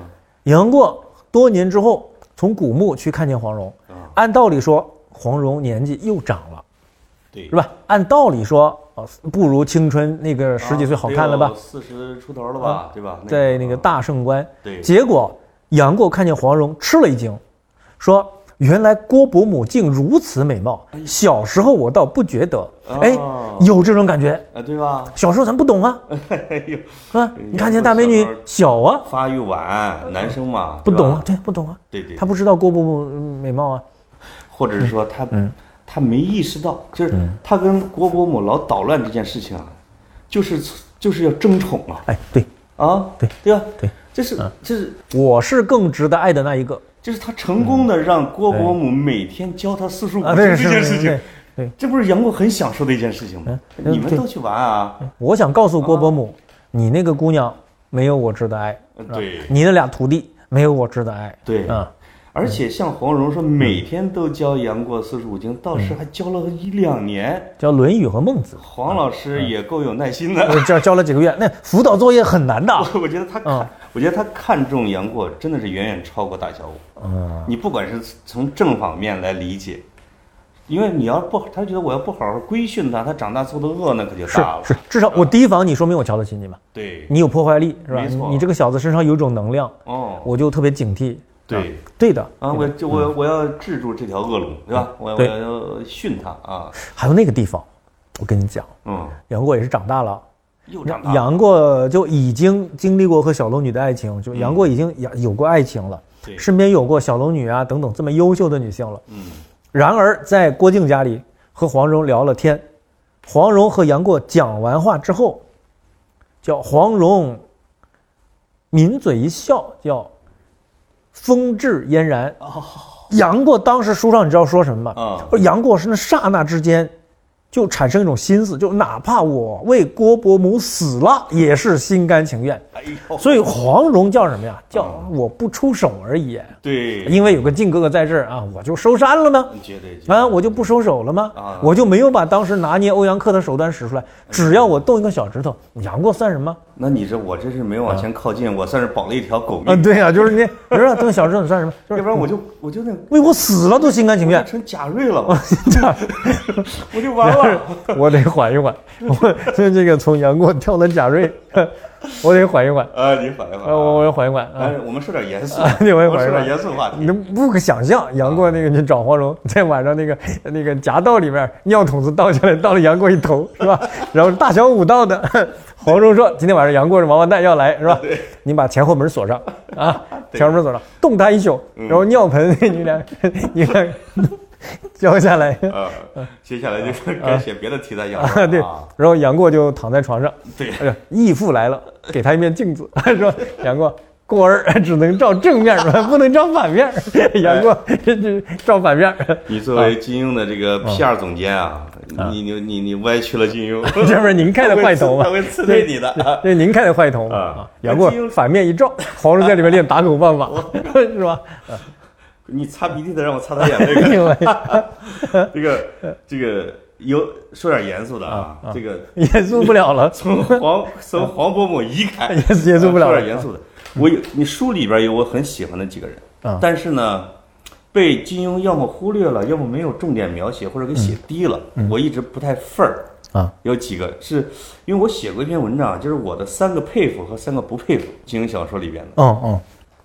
杨过多年之后从古墓去看见黄蓉
啊，
按道理说黄蓉年纪又长了，
对，
是？吧？按道理说，呃，不如青春那个十几岁好看了吧？
啊
啊
四十出头了吧，对吧？啊
在那个大圣关，
对
结果杨过看见黄蓉吃了一惊，说。原来郭伯母竟如此美貌，哎小时候我倒不觉得，哎
哦，
有这种感觉。
啊，对吧？
小时候咱不懂啊，
哎呦，
是吧？你看见大美女小啊，
发育晚，男生嘛，
不
对吧
懂啊，，对，不懂啊，
对对，
他不知道郭伯母嗯美貌啊，
或者是说他、
嗯
他没意识到，就是他跟郭伯母老捣乱这件事情啊，就是就是要争宠啊
哎，对，
啊，
对
对吧？
对，嗯
这是这是
我是更值得爱的那一个
就是他成功的让郭伯母每天教他四书五
嗯啊，
经
对，
这
是
件事，
对
情，
对，
这不是杨过很享受的一件事情吗？
嗯
你们
对
都去玩啊，
我想告诉郭伯母，你那个姑娘没有我值得爱，
嗯对
是吧你那俩徒弟没有我值得爱，
对
啊，
而且像黄蓉说每天都教杨过四书五经，倒
嗯
是还教了一两年，
叫《论语》和《孟子
黄老
嗯
师也够有耐心的。》，
教教了几个月，那辅导作业很难的，
我觉得他看，
嗯
我觉得他看中杨过真的是远远超过大小五。
嗯，
你不管是从正方面来理解，因为你要不，他觉得我要不好好规训他，他长大做的恶那可就是大了。嗯
是，至少我提防你，说明我瞧得起你嘛，
对，
你有破坏力是吧？
没
你
错
你这个小子身上有一种能量，
哦，
我就特别警惕，
对
对的。
啊，我就我我要制住这条恶龙，对吧？我我
嗯对
要训他啊，
还有那个地方，我跟你讲，
嗯
杨过也是长大了，
又长
杨
大了，
杨过就已经经历过和小龙女的爱情，就杨过已经有有过爱情了，
嗯对，
身边有过小龙女啊等等这么优秀的女性了。
嗯，
然而在郭靖家里和黄蓉聊了天，黄蓉和杨过讲完话之后，叫黄蓉抿嘴一笑，叫风致嫣然。杨过当时书上你知道说什么吗？
哦啊，
而杨过是那刹那之间就产生一种心思，就哪怕我为郭伯母死了，也是心甘情愿。
哎呦，
所以黄蓉叫什么呀？叫
啊
我不出手而已。
对，
因为有个靖哥哥在这儿啊，我就收山了吗？
绝对绝对
啊，我就不收手了吗？
啊
我就没有把当时拿捏欧阳克的手段使出来。只要我动一个小指头，杨过算什么？
那你这我这是没往前靠近，我算是保了一条狗
啊，
命，
对呀、就是你，你说动小指头你算什么？就
要
是
不然我就我就那
为我死了都心甘情
我就
愿。
成贾瑞了，我我就完了。
我得缓 一缓，我这这个从杨过跳到贾瑞，我得缓一缓，
啊，你反应
呃，我我
我，
得缓一缓啊
哎，！我们说点严肃
啊，对我也
我
反
说
应
点
了
严肃话
你
题
都不可想象，杨过
啊
那个去找黄蓉，在晚上那个那个夹道里面，尿筒子倒下来，倒了杨过一头，是吧？然后大小五倒的， 黄蓉说：“今天晚上杨过是王八蛋要来，是吧？你把前后 门锁上啊，
对嗯
前后门锁上，冻他一宿，然后尿盆 你俩 你俩 浇下来。”
啊。接下来就是该写别的题材养
啊，对
了啊，
然后杨过就躺在床上，
对
哎呀，义父来了，给他一面镜子， 说杨过，过儿只能照正面儿， 不能照反面儿。杨过这照反面儿，
你作为金庸的这个 PR 总监啊，你你你你歪曲了金庸，
这不是您开的坏头吗
他？会刺对你的。
这是您开的坏头嘛？
啊
啊， 杨过反面一照，黄蓉在里面练打狗棒法， 是吧？哎
你擦鼻涕的，让我擦擦眼泪。
因为
这个这个有说点严肃的啊，这个
也สู้不了了，
从黄从黄伯母移 开，
也是也嗯受不了
说
了
点严肃的，我有你书里边有我很喜欢的几个人
啊，
但是呢，被金庸要么忽略了，要么没有重点描写，或者给
嗯
写低了，我一直不太份儿。
啊，
有几个是因为我写过一篇文章，啊就是我的三个佩服和三个不佩服金庸小说里边的
嗯嗯，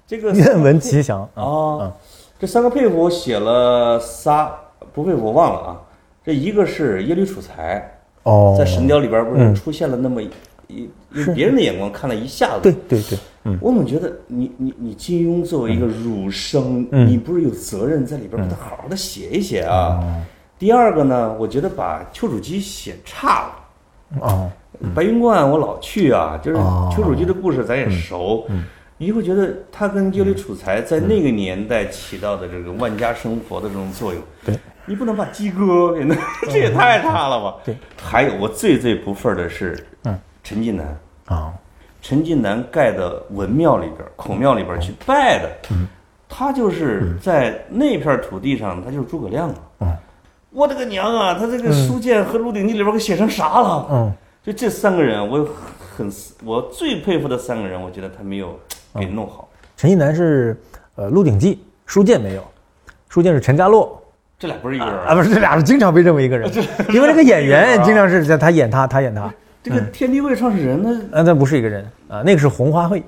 这个
愿闻其详啊，
啊，这三个佩服我写了仨，不佩服我忘了啊。这一个是耶律楚材，
哦，
在《神雕》里边不
嗯
是出现了那么一、一用别人的眼光看了一下子，
对对对，
我总觉得你你你金庸作为一个儒生，
嗯
你不是有责任在里边把它好好的写一写啊。
哦
第二个呢，我觉得把丘处机写差了。
哦，
白云观我老去啊，就是
哦嗯
丘处机的故事咱也熟，你会觉得他跟耶律楚材在那个年代起到的这个万家生活的这种作用，
对嗯
你不能把鸡哥给弄，这也太差了吧？
对，
还有我最最不忿儿的是，
嗯，
陈近南，
啊，
陈近南盖的文庙里边儿、孔庙里
哦
边儿去拜的，
嗯
他就是在那片土地上，他就是诸葛亮啊。
哦
我的个娘啊！他这个书剑和《鹿鼎记》里边儿给写成啥了？
嗯
就这三个人，我很我最佩服的三个人，我觉得他没有
嗯
给弄好。
陈近南是呃《鹿鼎记》，书剑没有，书剑是陈家洛
这俩不是一个人儿
啊，不是这俩是经常被认为 一个人，因为这个演员经常是在他演他，他演他，
这
嗯
个天地会创始人呢？
啊，那不是一个人啊，那个是红花会，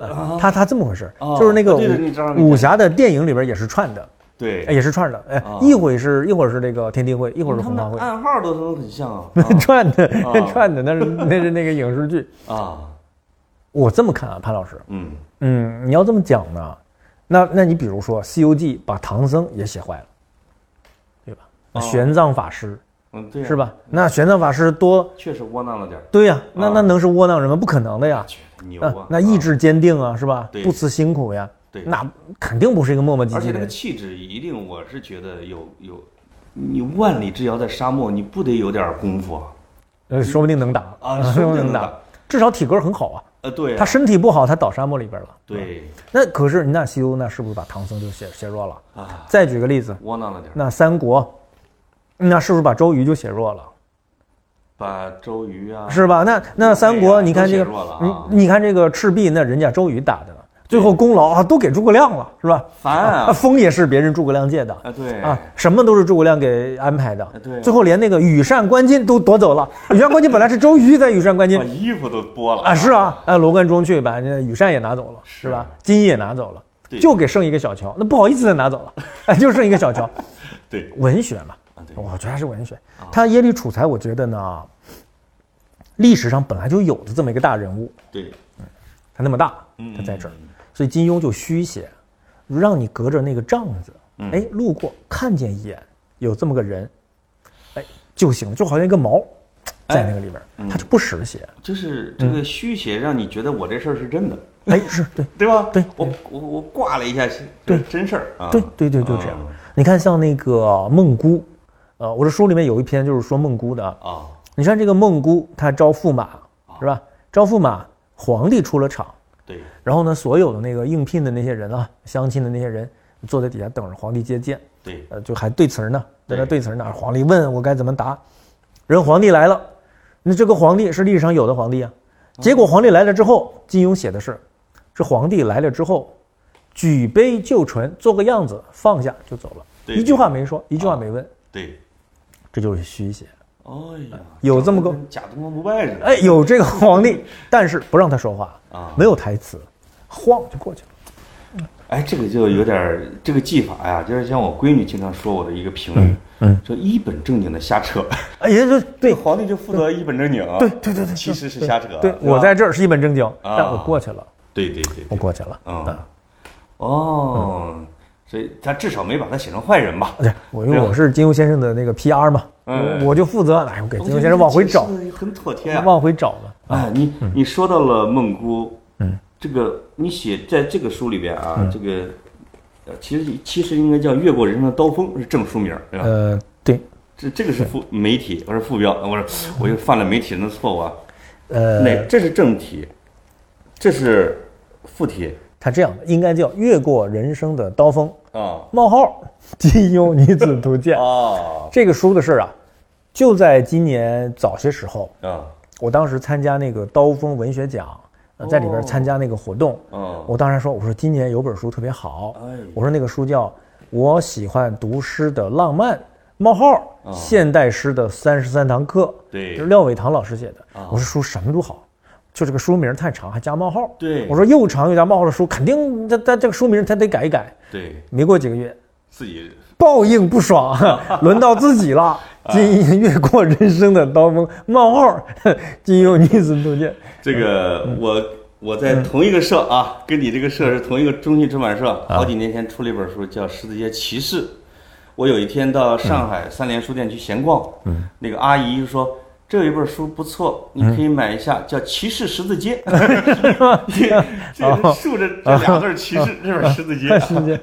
啊他他这么回事儿，
哦
就是那个
对对你知道
武武侠的电影里边也是串的，
对
哎，也是串的，哎
哦，
一会儿是一会儿是那个天地会，一会儿是
他
红
们
花会 嗯
的，暗号都都很像啊
串的
哦
串的，那是那是那个影视剧。
啊啊！
我这么看啊，潘老师，
嗯，
嗯，你要这么讲呢，那那你比如说《西游记》把唐僧也写坏了，对吧？那
哦
玄奘法师
嗯，对啊
是？吧？那玄奘法师多
确实窝囊了点儿，
对呀，那那
啊
能是窝囊人吗？不可能的呀。
确实牛
那
啊！
嗯那
啊
意志坚定啊，是吧？
对
不辞辛苦呀，
对
那肯定不是一个磨磨唧
而
唧
且那
的
个
人。
气质一定，我是觉得有有，你万里之遥在沙漠，你不得有点功夫啊？
呃，说不定能打
啊说
说不
不定
定能
能打
打，至少体格很好啊。
呃，对啊，
他身体不好，他倒沙漠里边了。
对
那可是那西游那是不是把唐僧就写写弱了？
啊，
再举个例子，
窝囊了点儿，
那三国，那是不是把周瑜就写弱了？
把周瑜啊，
是吧？那那三
对
国，
呀
你看
都
这
写
个嗯
弱了，啊
你你看这个赤壁，那人家周瑜打的，最后功劳啊都给诸葛亮了，是吧？
烦
啊，
啊
风也是别人诸葛亮借的
啊，对
啊，什么都是诸葛亮给安排的。
对啊
最后连那个羽扇纶巾都夺走了。羽扇纶巾本来是周瑜在羽扇纶
把
巾
衣服都剥了
啊，是，啊，啊，罗贯中去把那羽扇也拿走了，
是
是吧？金也拿走了，
对
就给剩一个小乔，那不好意思的拿走了， 哎，就剩一个小乔。
对
文学嘛，
啊对
哦我觉得还是文学。他耶律楚材，我觉得呢，历史上本来就有的这么一个大人物，
对，
他那么大，
嗯
他在这儿，所以金庸就虚写，让你隔着那个帐子，
嗯
哎，路过看见一眼有这么个人，哎就行了，就好像一个毛
哎
在那个里边儿，
嗯
他就不实写，
就是这
嗯
个虚写让你觉得我这事儿是真的，
哎，是对，
对吧？
对
我我我挂了一下，对，真事儿啊，
对对对，就这样。你看，像那个孟姑，呃，我这书里面有一篇就是说孟姑的啊。
啊，
你看这个孟姑，她招驸马是吧？招驸马，皇帝出了场，
对，
然后呢，所有的那个应聘的那些人啊，相亲的那些人，坐在底下等着皇帝接见，
对，
呃，就还对词儿呢，在那
对
对词儿呢。啊皇帝问我该怎么答，人皇帝来了，那这个皇帝是历史上有的皇帝啊。
嗯
结果皇帝来了之后，金庸写的是，这皇帝来了之后，举杯就唇，做个样子，放下就走了，
对啊
一句话没说，一句话没问，
对，
这就是虚写。
哎呀，
有这么个
跟假东方不败似的，
哎，有这个皇帝，但是不让他说话
啊
没有台词，晃就过去了。
哎，这个就有点儿这个技法呀，就是像我闺女经常说我的一个评论，嗯，说一本正经的瞎扯，
哎，也就 对
皇帝就负责一本正经，对对对对，其实是瞎扯，
对
吧，
我在，这儿是一本正经，
啊
但我过去了，
对对对，
我
对
过去了。
嗯，哦，所以他至少没把他写成坏人吧？
对，我因为我是金庸先生的那个 PR 嘛，
嗯
我我就负责，哎，我给
我
金
觉
庸
得
先生往回找
这，个很妥帖啊。
往回找嗯嘛。
哎，你你说到了孟姑，嗯，这个你写在这个书里边
嗯
啊，这个呃其实其实应该叫《越过人生的刀锋》是正书名，对吧？
呃，对，
这这个是副媒体，我是副标，我说我又犯了媒体人的错误啊。
嗯呃，
哪这是正题，这是副题
他这样的应该叫越过人生的刀锋，
啊
冒号金庸女子图 鉴。
啊
这个书的事儿啊，就在今年早些时候，
啊
我当时参加那个刀锋文学奖，呃在里边
哦
参加那个活动，
啊！
我当时说，我说今年有本书特别好
哎，
我说那个书叫《我喜欢读诗的浪漫》，冒号现代诗的三十三堂课，
啊对啊
就是廖伟棠老师写的。我说书什么都好，就这个书名太长，还加冒号。
对
我说又长又加冒号的书，肯定他他这个书名他得改一改。
对
没过几个月，
自己
报应不爽， 轮到自己 了。金庸越过人生的刀锋，冒号， 金庸女子图鉴。
这个我我在同一个社啊，跟你这个社是同一个中信出版社，好几年前出了一本书叫《十字街骑士》。我有一天到上海三联书店去闲逛，那个阿姨就说。这有一本书不错，你可以买一下，叫《骑士十字街》。这竖着这俩字儿“骑士”，这本《十字街》
十字街，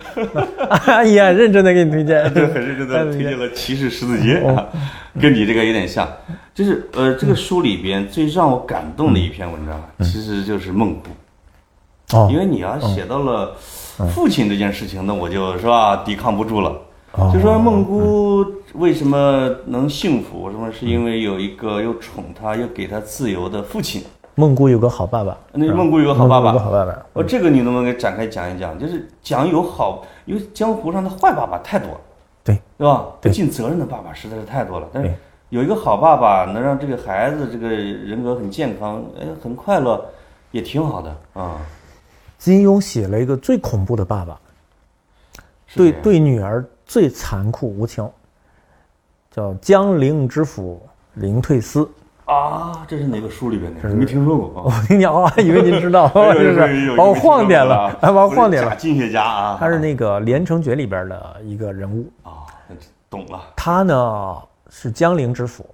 阿姨啊，认真的给你推荐，哎
对，很认 真的推荐了《骑士十字街》啊，跟你这个有点像。就是呃，这个书里边最让我感动的一篇文章啊，其实就是孟姑。
哦嗯
因为你要写到了父亲这件事情，那我就是吧，抵抗不住了。
哦
就说孟姑为什么能幸福？什么是因为有一个又宠她又给她自由的父亲？
孟姑有个好爸爸，
那孟姑有个好爸
嗯孟姑有个
爸
好。爸爸。
哦，这个你能不能给展开讲一讲？就是讲有好，因为江湖上的坏爸爸太多了，
对，
对吧？不
对
尽责任的爸爸实在是太多了。但是
对
有一个好爸爸，能让这个孩子这个人格很健康，哎，很快乐，也挺好的啊。
金庸写了一个最恐怖的爸爸，
是
对
这样，
对女儿最残酷无情，叫江陵知府凌退思。
啊，这是哪个书里边的？没听说过
我
啊。
跟你讲啊，以为您知道，
哎呦
就
哎呦哎
是
呦
把我
没听说
晃点
过
了
啊，
哎，把我
不是
晃点了
假。进学家 啊，
他是那个《连城诀》里边的一个人物，
啊，懂了。
他呢是江陵知府，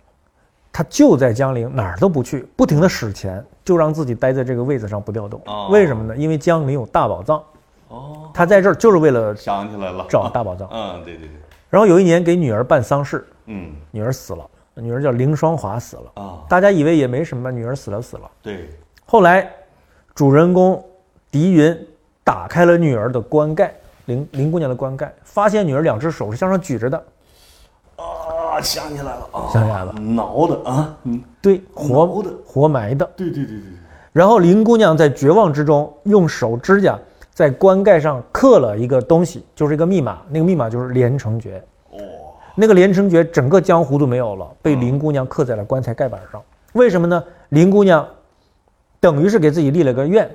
他就在江陵，哪儿都不去，不停的使钱，就让自己待在这个位子上不调动。
哦
为什么呢？因为江陵有大宝藏，
哦，
他在这儿就是为了
想起来了。
找大宝藏。
嗯，对对对，
然后有一年给女儿办丧事，
嗯
女儿死了，女儿叫凌霜华死了。
啊，
大家以为也没什么，女儿死了死了。
对，
后来，主人公狄云打开了女儿的棺盖，林林姑娘的棺盖，发现女儿两只手是向上举着的。
啊，想起来了啊，
想起来了
挠的啊，嗯，
对，活
挠的
活埋的。
对对对对对，
然后林姑娘在绝望之中，用手指甲在棺盖上刻了一个东西，就是一个密码。那个密码就是《连城诀》。
哦，
那个连城诀整个江湖都没有了，
嗯
被林姑娘刻在了棺材盖板上。为什么呢？林姑娘等于是给自己立了个愿，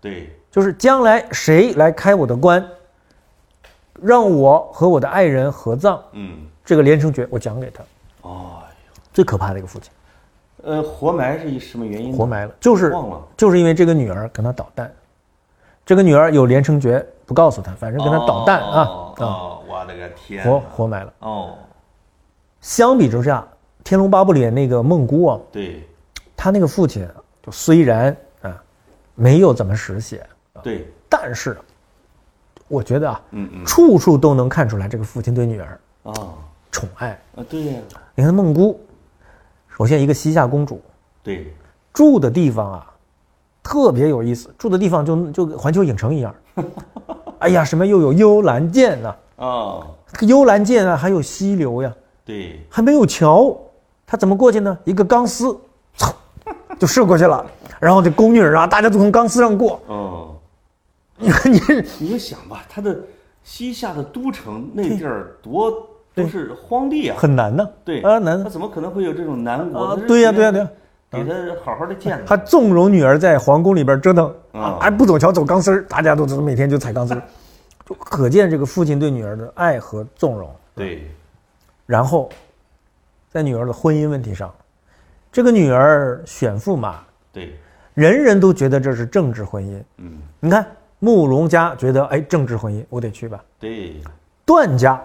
对，
就是将来谁来开我的棺，让我和我的爱人合葬，
嗯，
这个连城诀我讲给他。
哦，
最可怕的一个父亲，
呃，活埋是一什么原因呢？
活埋了，就是
忘了
就是因为这个女儿跟他捣蛋，这个女儿有连城诀，不告诉他，反正跟他捣蛋啊
哦
啊，
哦，我的个天！
活活埋了。
哦，
相比之下，《天龙八部》里那个孟姑啊，
对
她那个父亲就虽然啊没有怎么实写，
对，
但是我觉得啊，
嗯嗯
处处都能看出来这个父亲对女儿
啊
宠爱。
啊，对呀，
你看孟姑，首先一个西夏公主
对，
住的地方啊，特别有意思，住的地方就就跟环球影城一样。哎呀，什么又有幽兰涧呐、
啊
幽兰涧啊，还有溪流呀，
对，
还没有桥，他怎么过去呢？一个钢丝，噌就射过去了。然后这宫女儿啊，大家都从钢丝上过。嗯
哦，
你看你
你就想吧，它的西夏的都城那地儿多都是荒地啊，
很难呢、
对
啊难
它。怎么可能会有这种南国？
啊
它是
对呀
给
对呀
它
对呀
给他好好的建了，
他纵容女儿在皇宫里边折腾
啊
还不走桥走钢丝儿，大家都每天就踩钢丝儿， 就可见这个父亲对女儿的爱和纵容。
对，
然后，在女儿的婚姻问题上，这个女儿选驸马，
对，
人人都觉得这是政治婚姻。
嗯，
你看慕容家觉得，哎，政治婚姻我得去吧。
对，
段家，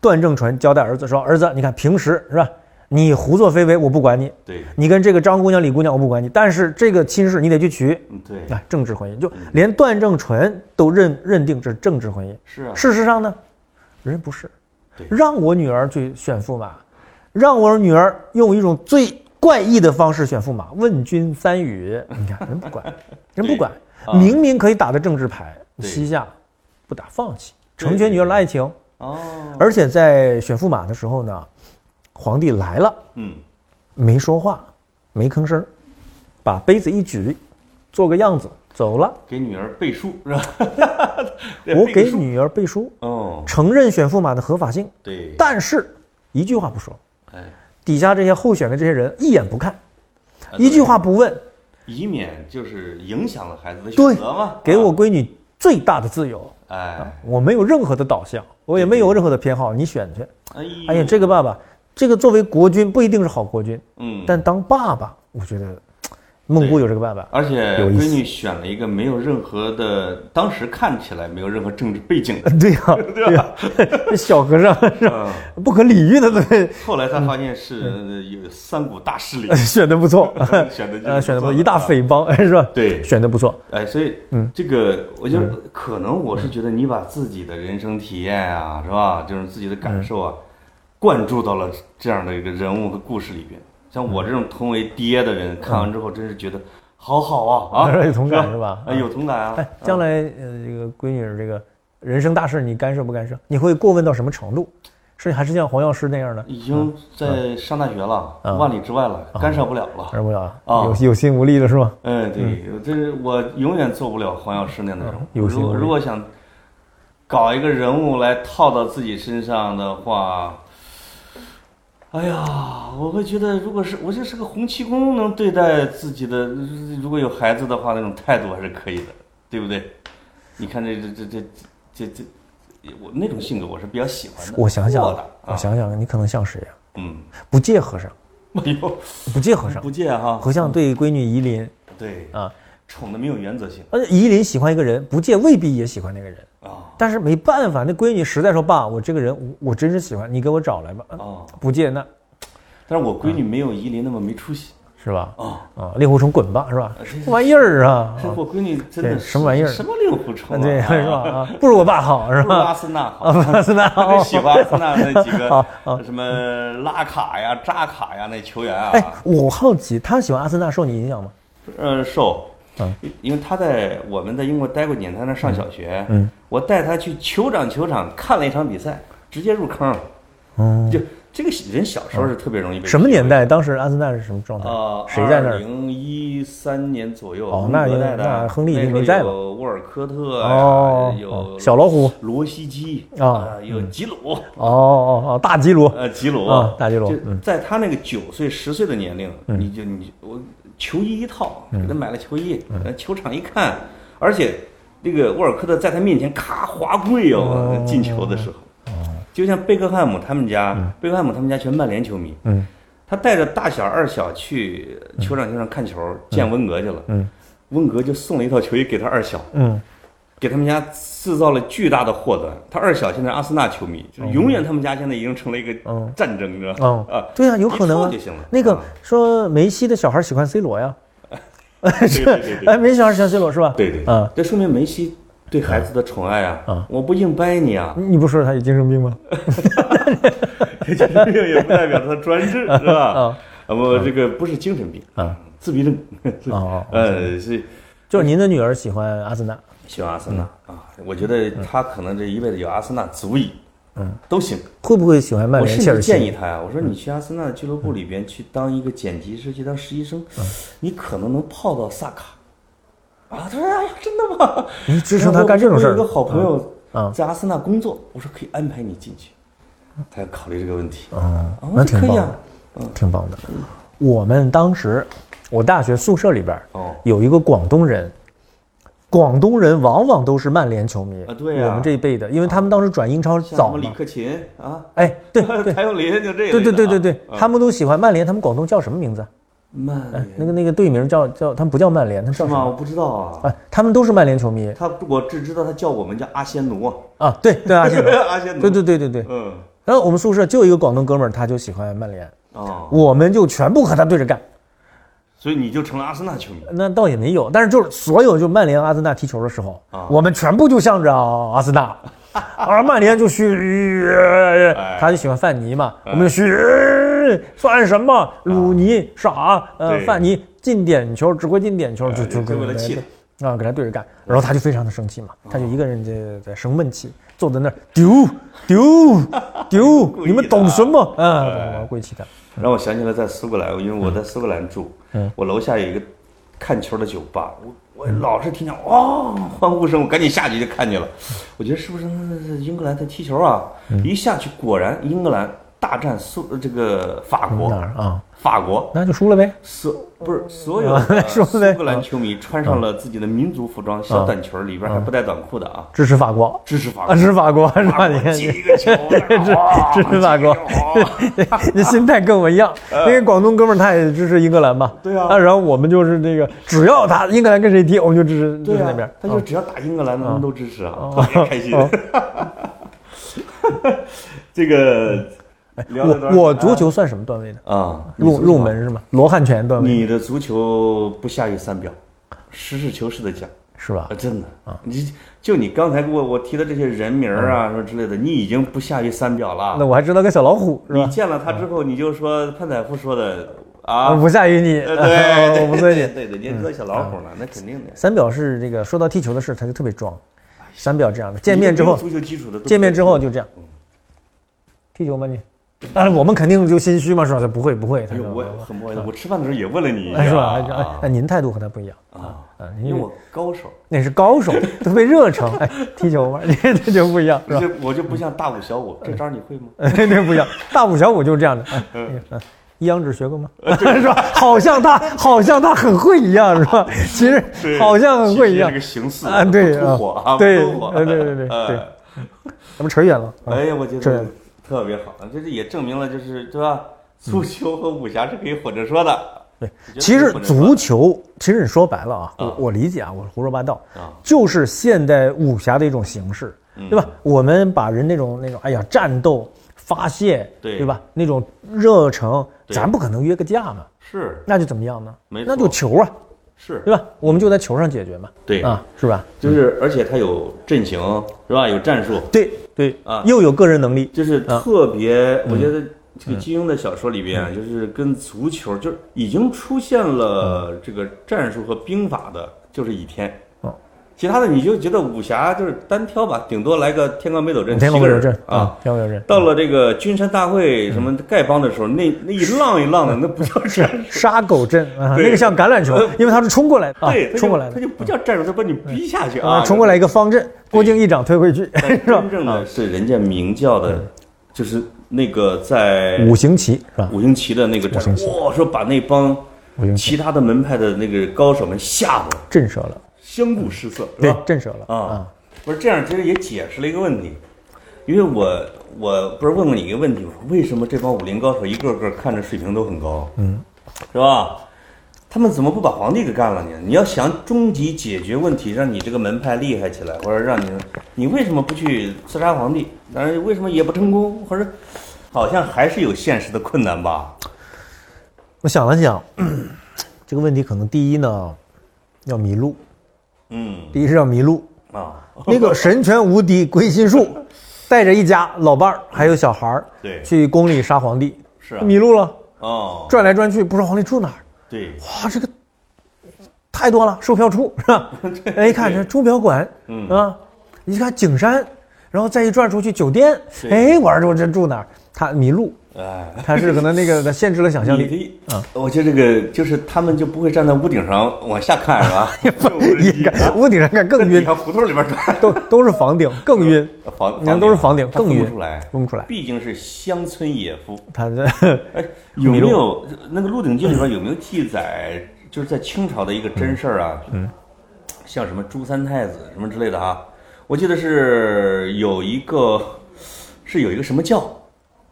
段正淳交代儿子说：“儿子，你看平时是吧，你胡作非为我不管你，
对，
你跟这个张姑娘、李姑娘我不管你，但是这个亲事你得去娶。”
嗯，对，
啊，政治婚姻，就
嗯
连段正淳都认认定这是政治婚姻。
是啊，
事实上呢，人不是
对，
让我女儿去选驸马，让我女儿用一种最怪异的方式选驸马，问君三语，你看人 不管，人不管，
啊
明明可以打的政治牌，
对
西夏不打，放弃，
对
成全女儿的爱情。
哦，
而且在选驸马的时候呢，皇帝来了。
嗯，
没说话，没吭声儿，把杯子一举，做个样子走了。
给女儿背书是吧？
我
背
给
个书，
女儿背书，
哦，
承认选驸马的合法性，
对，
但是一句话不说，
哎，
底下这些候选的这些人一眼不看，
啊
一句，话不问，
对以免就是影响了孩子的
对
选择嘛，
给我
啊，
闺女最大的自由，
哎，
我没有任何的导向，我也没有任何的偏好，你选去。
哎呦，
哎呀，这个爸爸，这个作为国君不一定是好国君，
嗯，
但当爸爸，我觉得孟姑有这个爸爸，
而且
有意思
闺女选了一个没有任何的，当时看起来没有任何政治背 景的，
对呀、对呀、这小和尚是吧？
嗯，
不可理喻的对。
后来才发现是
嗯
呃有三股大 势力
选的不 错，
选的，
呃，选的不错，一大，匪帮 是吧？
对
选的不错，
啊哎，所以，嗯，这个我觉
嗯
得可能我是觉得你把自己的人生体验啊，是吧，就是自己的感受
嗯
啊，灌注到了这样的一个人物和故事里边。像
嗯
我这种同为爹的人，看完之后真是觉得好好啊啊，
有同感是吧
哎，有同感啊
哎，，将来呃，这个闺女儿这个人生大事，你干涉不干涉？你会过问到什么程度？是还是像黄药师那样的？
已经在上大学了，
嗯
万里之外了，干涉不了了。
干不了，
啊
有有心无力的是吗？
嗯，对，这是我永远做不了黄药师那样的人
嗯。有
如
心无
果
力
如果想搞一个人物来套到自己身上的话，哎呀，我会觉得，如果是我就是个洪七公，能对待自己的，如果有孩子的话，那种态度还是可以的，对不对？你看这这这这这这，我那种性格我是比较喜欢的。
我想想
做的
啊，
啊
我想想，你可能像谁呀？
嗯，
不戒和尚，
哎呦，
不戒和尚
不，戒哈，
和尚对闺女夷陵
对，
啊，
宠的没有原则性
而且夷陵喜欢一个人，不戒未必也喜欢那个人。
啊
但是没办法，那闺女实在说爸，我这个人我我真是喜欢，你给我找来吧。呃
啊。哦
不戒那
但是我闺女没有依林那么没出息
是吧？
啊！
啊，令狐冲滚吧，是吧
呃？
什么玩意儿啊？
这 我闺女真的
对
是
什么玩意儿
什么令狐
啊
冲
对，
啊？
是吧？啊，不如我爸好，是
不如阿
吧？
森纳好，
啊，不是那哦
她就
好。
喜欢阿森纳那几
好
个什么拉卡呀、扎卡呀那球员
哎
啊，，
我好奇，他喜欢阿森纳受你影响吗？
呃，瘦
嗯。
因为他在我们在英国待过几年，他那上小学，
嗯嗯
我带他去球场球场看了一场比赛，直接入坑了。
嗯，
就这个人小时候是特别容易被
什么
骗
年代？当时阿森纳是什么状态
呃，？
嗯谁在那儿？
零一三年左右，
哦那
英
有
格代的
那亨利已经
那时候
没在了
有沃尔科特呀
哦，
有
哦小老虎。
罗西基
啊
有吉鲁，
哦哦哦，大吉鲁。
呃，吉鲁
啊大吉鲁
就
嗯
在他那个九岁、十岁的年龄，你就你我球衣一套，
嗯
给他买了球衣，呃球场一看，而且那个沃尔科特在他面前咔滑跪哦，
哦
进球的时候，就像贝克汉姆他们家，贝克汉姆他们家全曼联球迷，
嗯，
他带着大小二小去球场球上看球，见温格去了。
嗯，
温格就送了一套球衣给他二小，
嗯，
给他们家制造了巨大的祸端。他二小现在阿森纳球迷，
哦
就是永远他们家现在已经成了一个
嗯
战争，你知道吗？
嗯，
啊，
对呀、有可
一
能啊
套就。行了。
那个
啊
说梅西的小孩喜欢 C 罗呀，
对对对对
哎，梅西小孩喜欢 C 罗是吧？
对对，
啊，
这说明梅西对孩子的宠爱
啊
啊！我不硬掰你 啊，
你你不说他有精神病 吗？
精神病也不代表他专制，是吧？
啊
啊，我这个不是精神病，
啊
自闭症，
哦哦，
呃，是
就是您的女儿喜欢阿森纳，
喜欢阿森纳
嗯
啊。我觉得他可能这一辈子有阿森纳足矣，嗯，都行。
会不会喜欢曼
我
联、
甚
切
至
尔
建
西？嗯
议他呀，我说你去阿森纳的俱乐部里边去当一个剪辑师，去当实习生，
嗯
你可能能泡到萨卡。啊，他说哎呀，真的吗？
你支持他干这种事
我有一
儿
个好朋
啊
友在阿森纳工作，我说可以安排你进去，他要考虑这个问题。
啊
啊，
嗯那
这
挺
可以
棒的
啊，，
挺棒的。我们当时，我大学宿舍里边儿
哦
有一个广东人，广东人往往都是曼联球迷
啊对呀
我们这一辈的，因为他们当时转英超
像什
早
么李
嘛。
克勤啊，
哎， 对
谭咏麟就这一类的
对
啊
对对对对，
啊
他们都喜欢曼联，他们广东叫什么名字？
曼
哎
联，
那个那个队名叫叫，他们不叫曼联，他们
是
叫什
吗？我
么？
不知道啊，
哎，他们都是曼联球迷
他我只知道他叫我们叫阿仙奴啊，
啊！对对 啊，这个
阿仙奴，
对对对对对。
嗯，
然后我们宿舍就有一个广东哥们儿，他就喜欢曼联，
哦，
我们就全部和他对着干。
所以你就成了阿森纳球迷。
那倒也没有，但是就是所有就曼联、阿森纳踢球的时候，
啊
我们全部就向着阿森纳，而曼联就嘘，
哎
他就喜欢范尼嘛，我们就嘘，算什么？鲁尼傻，呃，
对
范尼进点球，只会进点球，就
哎
就
就为了气
他啊，给他对着干，然后他就非常的生气嘛，他就一个人在在生闷气，坐在那儿丢丢丢，
故意
你们
的
懂
啊
什么？啊，我要跪气他，
让我想起来在苏格兰，因为我在苏格兰住，我楼下有一个看球的酒吧，我我老是听见哦欢呼声，我赶紧下去就看见了。我觉得是不是英格兰在踢球啊？一下去果然英格兰大战苏这个法
哪
国，
儿啊？
法国
那就输了呗。
所不是所有的苏
说不对
格兰球迷穿上了自己的民族服装，小短裙儿里边还不带短裤的啊，
支持法国，
支持法
啊，
国
支。持法国 是吧？
法
你
国
看，
进一个球，哇
支持法国
进一个球
你心态跟我 一样。因为广东哥们儿他也支持英格兰嘛，
嗯对啊
然后我们就是这个，只要他英格兰跟谁踢，我们就支持支
对
持
呀、
那边。
他就
啊
只要打英格兰，他们都支持啊，
哦
特别开心。 这个聊了多少
哎我我足球算什么段位的？
啊，你
入
足球
入门，是吗？罗汉拳段位
你的足球不下于三表，实事求是的讲，
是吧
啊，？真的啊，你就你刚才给我我提的这些人名儿啊什么之类的，你已经不下于三表
嗯那
了。
我还知道个小老虎是
你
吧？
见了他之后，你就说潘采夫说的啊
我，不下于你，
呃对， 对
我不
对
对你。嗯
对对，你还知道小老虎呢，那肯定的。
三表是这个，说到踢球的事，他就特别装。三表这样的，见面之
你
后
没有足球基础的都不嗯
见面之后
懂
就这样，踢球吗你？当然我们肯定就心虚嘛，是吧？他不会不会，他
哎呦，
说
我很不好意思，我吃饭的时候也问了你一
哎，是
下
吧？
啊
哎，您态度和他不一样
啊，
啊，
因为我高手，
那是高手，特别热诚。哎，踢球 嘛，这这就不一样，是
我
吧？
就我就不像大五小五，这招你会吗？
哎，这不一样。大五小五就是这样的。哎，那个嗯一阳指学过吗？ 是吧？好像他，好像他很会一样，是吧？其实
对
好像很会一样
其。实是个形似
啊对
不火啊，
对
不火
呃对对对对
哎
咱们扯远了。啊
哎呀，我觉
这
得特别好，这是也证明了，就是对吧？足球和武侠是可以混着说的。
对
我觉得可
其
以
实
混着说
足球，其实你说白了啊，我
啊
我理解啊，我胡说八道
啊，嗯
就是现代武侠的一种形式，对吧？我们把人那种那种，哎呀，战斗发泄，
对
对吧？那种热诚，
对
咱不可能约个架嘛，
是
那就怎么样呢？
没
那
错
就球啊，
是，
对吧？我们就在球上解决嘛，
对
啊，是吧？
就是而且它有阵型是吧？有战术，
对对
啊
又有个人能力，
就是
啊
特别，我觉
嗯
得这个金庸的小说里边，啊就是跟足球，就是已经出现
嗯
了这个战术和兵法的，就是倚天
哦。
其他的你就觉得武侠就是单挑吧，顶多来个天罡北斗阵，
天龙
七个
八有
人
阵嗯
啊。，
天龙八有阵，
到了这个军山大会什么丐帮的时候，那那一浪一浪的，那不叫战术，
杀狗阵啊，
对
那个像橄榄球
呃，
因为它是冲过来的啊
对，它，就
冲过来
它
的
就不叫战术，它把你逼下去
啊，
啊，
冲过来一个方阵，郭靖一掌推回去，
但
是吧啊
真？
嗯
正的是人家明教的，就是那个在
五行棋是吧？
五行旗的那个
五行
战
旗
术，哇，说把那帮
五行
其他的门派的那个高手们吓得
震慑了，
相顾失色，是
对啊
吧，？啊
震慑了
啊，不是这样，其实也解释了一个问题，因为我我不是问过你一个问题吗？为什么这帮武林高手一个个看着水平都很高？嗯，是吧？他们怎么不把皇帝给干了呢？你要想终极解决问题，让你这个门派厉害起来，或者让你，你为什么不去刺杀皇帝？当然，为什么也不成功？或者，好像还是有现实的困难吧？
我想了想， 这个问题可能第一呢，要迷路，
嗯
第一是要迷路。
啊，
那个神拳无敌归心术， 带着一家老伴儿还有小孩儿，
对
去宫里杀皇帝，
是啊
迷路了，
哦，
转来转去不知道皇帝住哪儿。
对，
哇，这个太多了，售票处是 吧？哎，一看这钟表馆，
嗯
啊，一看景山，然后再一转出去酒店，
对
哎，我儿子我这住哪儿？他迷路，
哎，
他是可能那个限制了想象
你
力，
的啊，我觉得这个就是他们就不会站在屋顶上往下看，是吧？
也该屋顶上看更
在 底
晕，
下胡同里边转，
都都是房顶更晕，
房
你看都是房顶
它分
更
不
晕
出来，
分不出来。
毕竟是乡村野夫。
他这
哎，有没有那个《鹿鼎记》里边有没有记载，就是在清朝的一个真事儿啊？嗯，像什么朱三太子什么之类的啊？我记得是有一个是有一个什么教，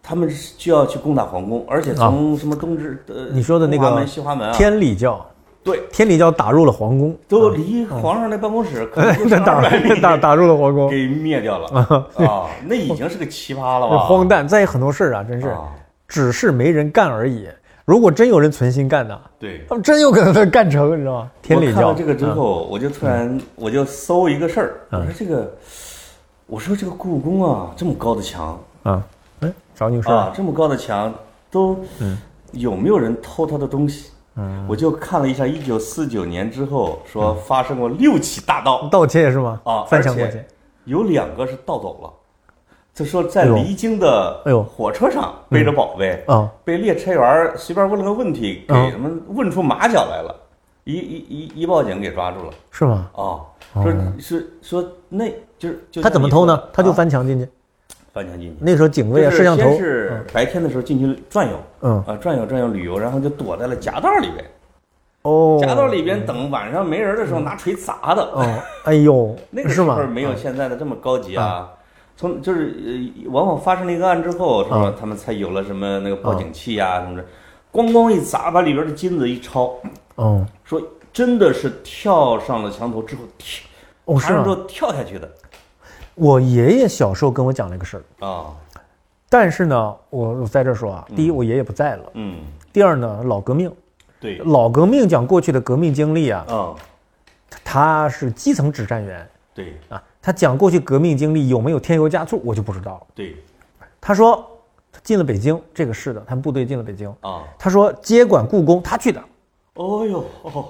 他们是就要去攻打皇宫，而且从什么东至呃
啊你说的那
东华
个
门西华门啊，
天嗯理教，
对，
天理教打入了皇宫，
都离皇上那办公室可能 就
打
200米
打打入了皇宫，
给哦灭掉了啊！那已经是个奇葩了吧？
嗯荒诞。再有很多事儿啊，真是
啊
只是没人干而已。如果真有人存心干呢，
对。
他们真有可能能干成，你知道吗？天理
我看
教嗯
了这个之后，我就突然我就搜一个事儿，我说这个，我说这个故宫啊，这么高的墙
啊，嗯，找你个事儿
啊，这么高的墙都
嗯
有没有人偷他的东西？我就看了一下，一九四九年之后
嗯
说发生过六起大盗
盗窃是吗？
啊，
翻
而
墙过
且
去，
有两个是盗走了。就说在
哎呦
离京的
哎呦
火车上背着宝贝，
啊
被列车员儿随便问了个问题，给
嗯
他们问出马脚来了，一一一一报警给抓住了。
是吗？
哦，说是说那就是就
他怎么偷呢？他就
翻
翻墙进去，
翻墙进去。
那时候警卫啊、
啊就是
摄像头
先，是白天的时候进去转悠，
嗯
啊转悠转悠旅游，然后就躲在了夹道里边，
哦，嗯
夹道里边等晚上没人的时候拿锤砸的，
哦，哎呦
那，个时
是
候
吗？嗯
没有现在的这么高级啊。从就是呃，往往发生了一个案之后，是
嗯
吧？他们才有了什么那个报警器呀、什么的，咣咣一砸，把里边的金子一抄，
哦
说真的是跳上了墙头之后，跳
哦
爬
是
上之
吗？
后跳下去的
我爷爷小时候跟我讲了一个事儿，
啊，
但是呢，我我在这儿说啊，第一我爷爷不在了，
嗯，
第二呢老革命，
对，
老革命讲过去的革命经历啊，
啊，
他是基层指战员
对
啊，他讲过去革命经历有没有添油加醋，我就不知道了。
对
他说他进了北京，这个是的，他们部队进了北京。
啊，
他说接管故宫，他去的，
哦呦哦，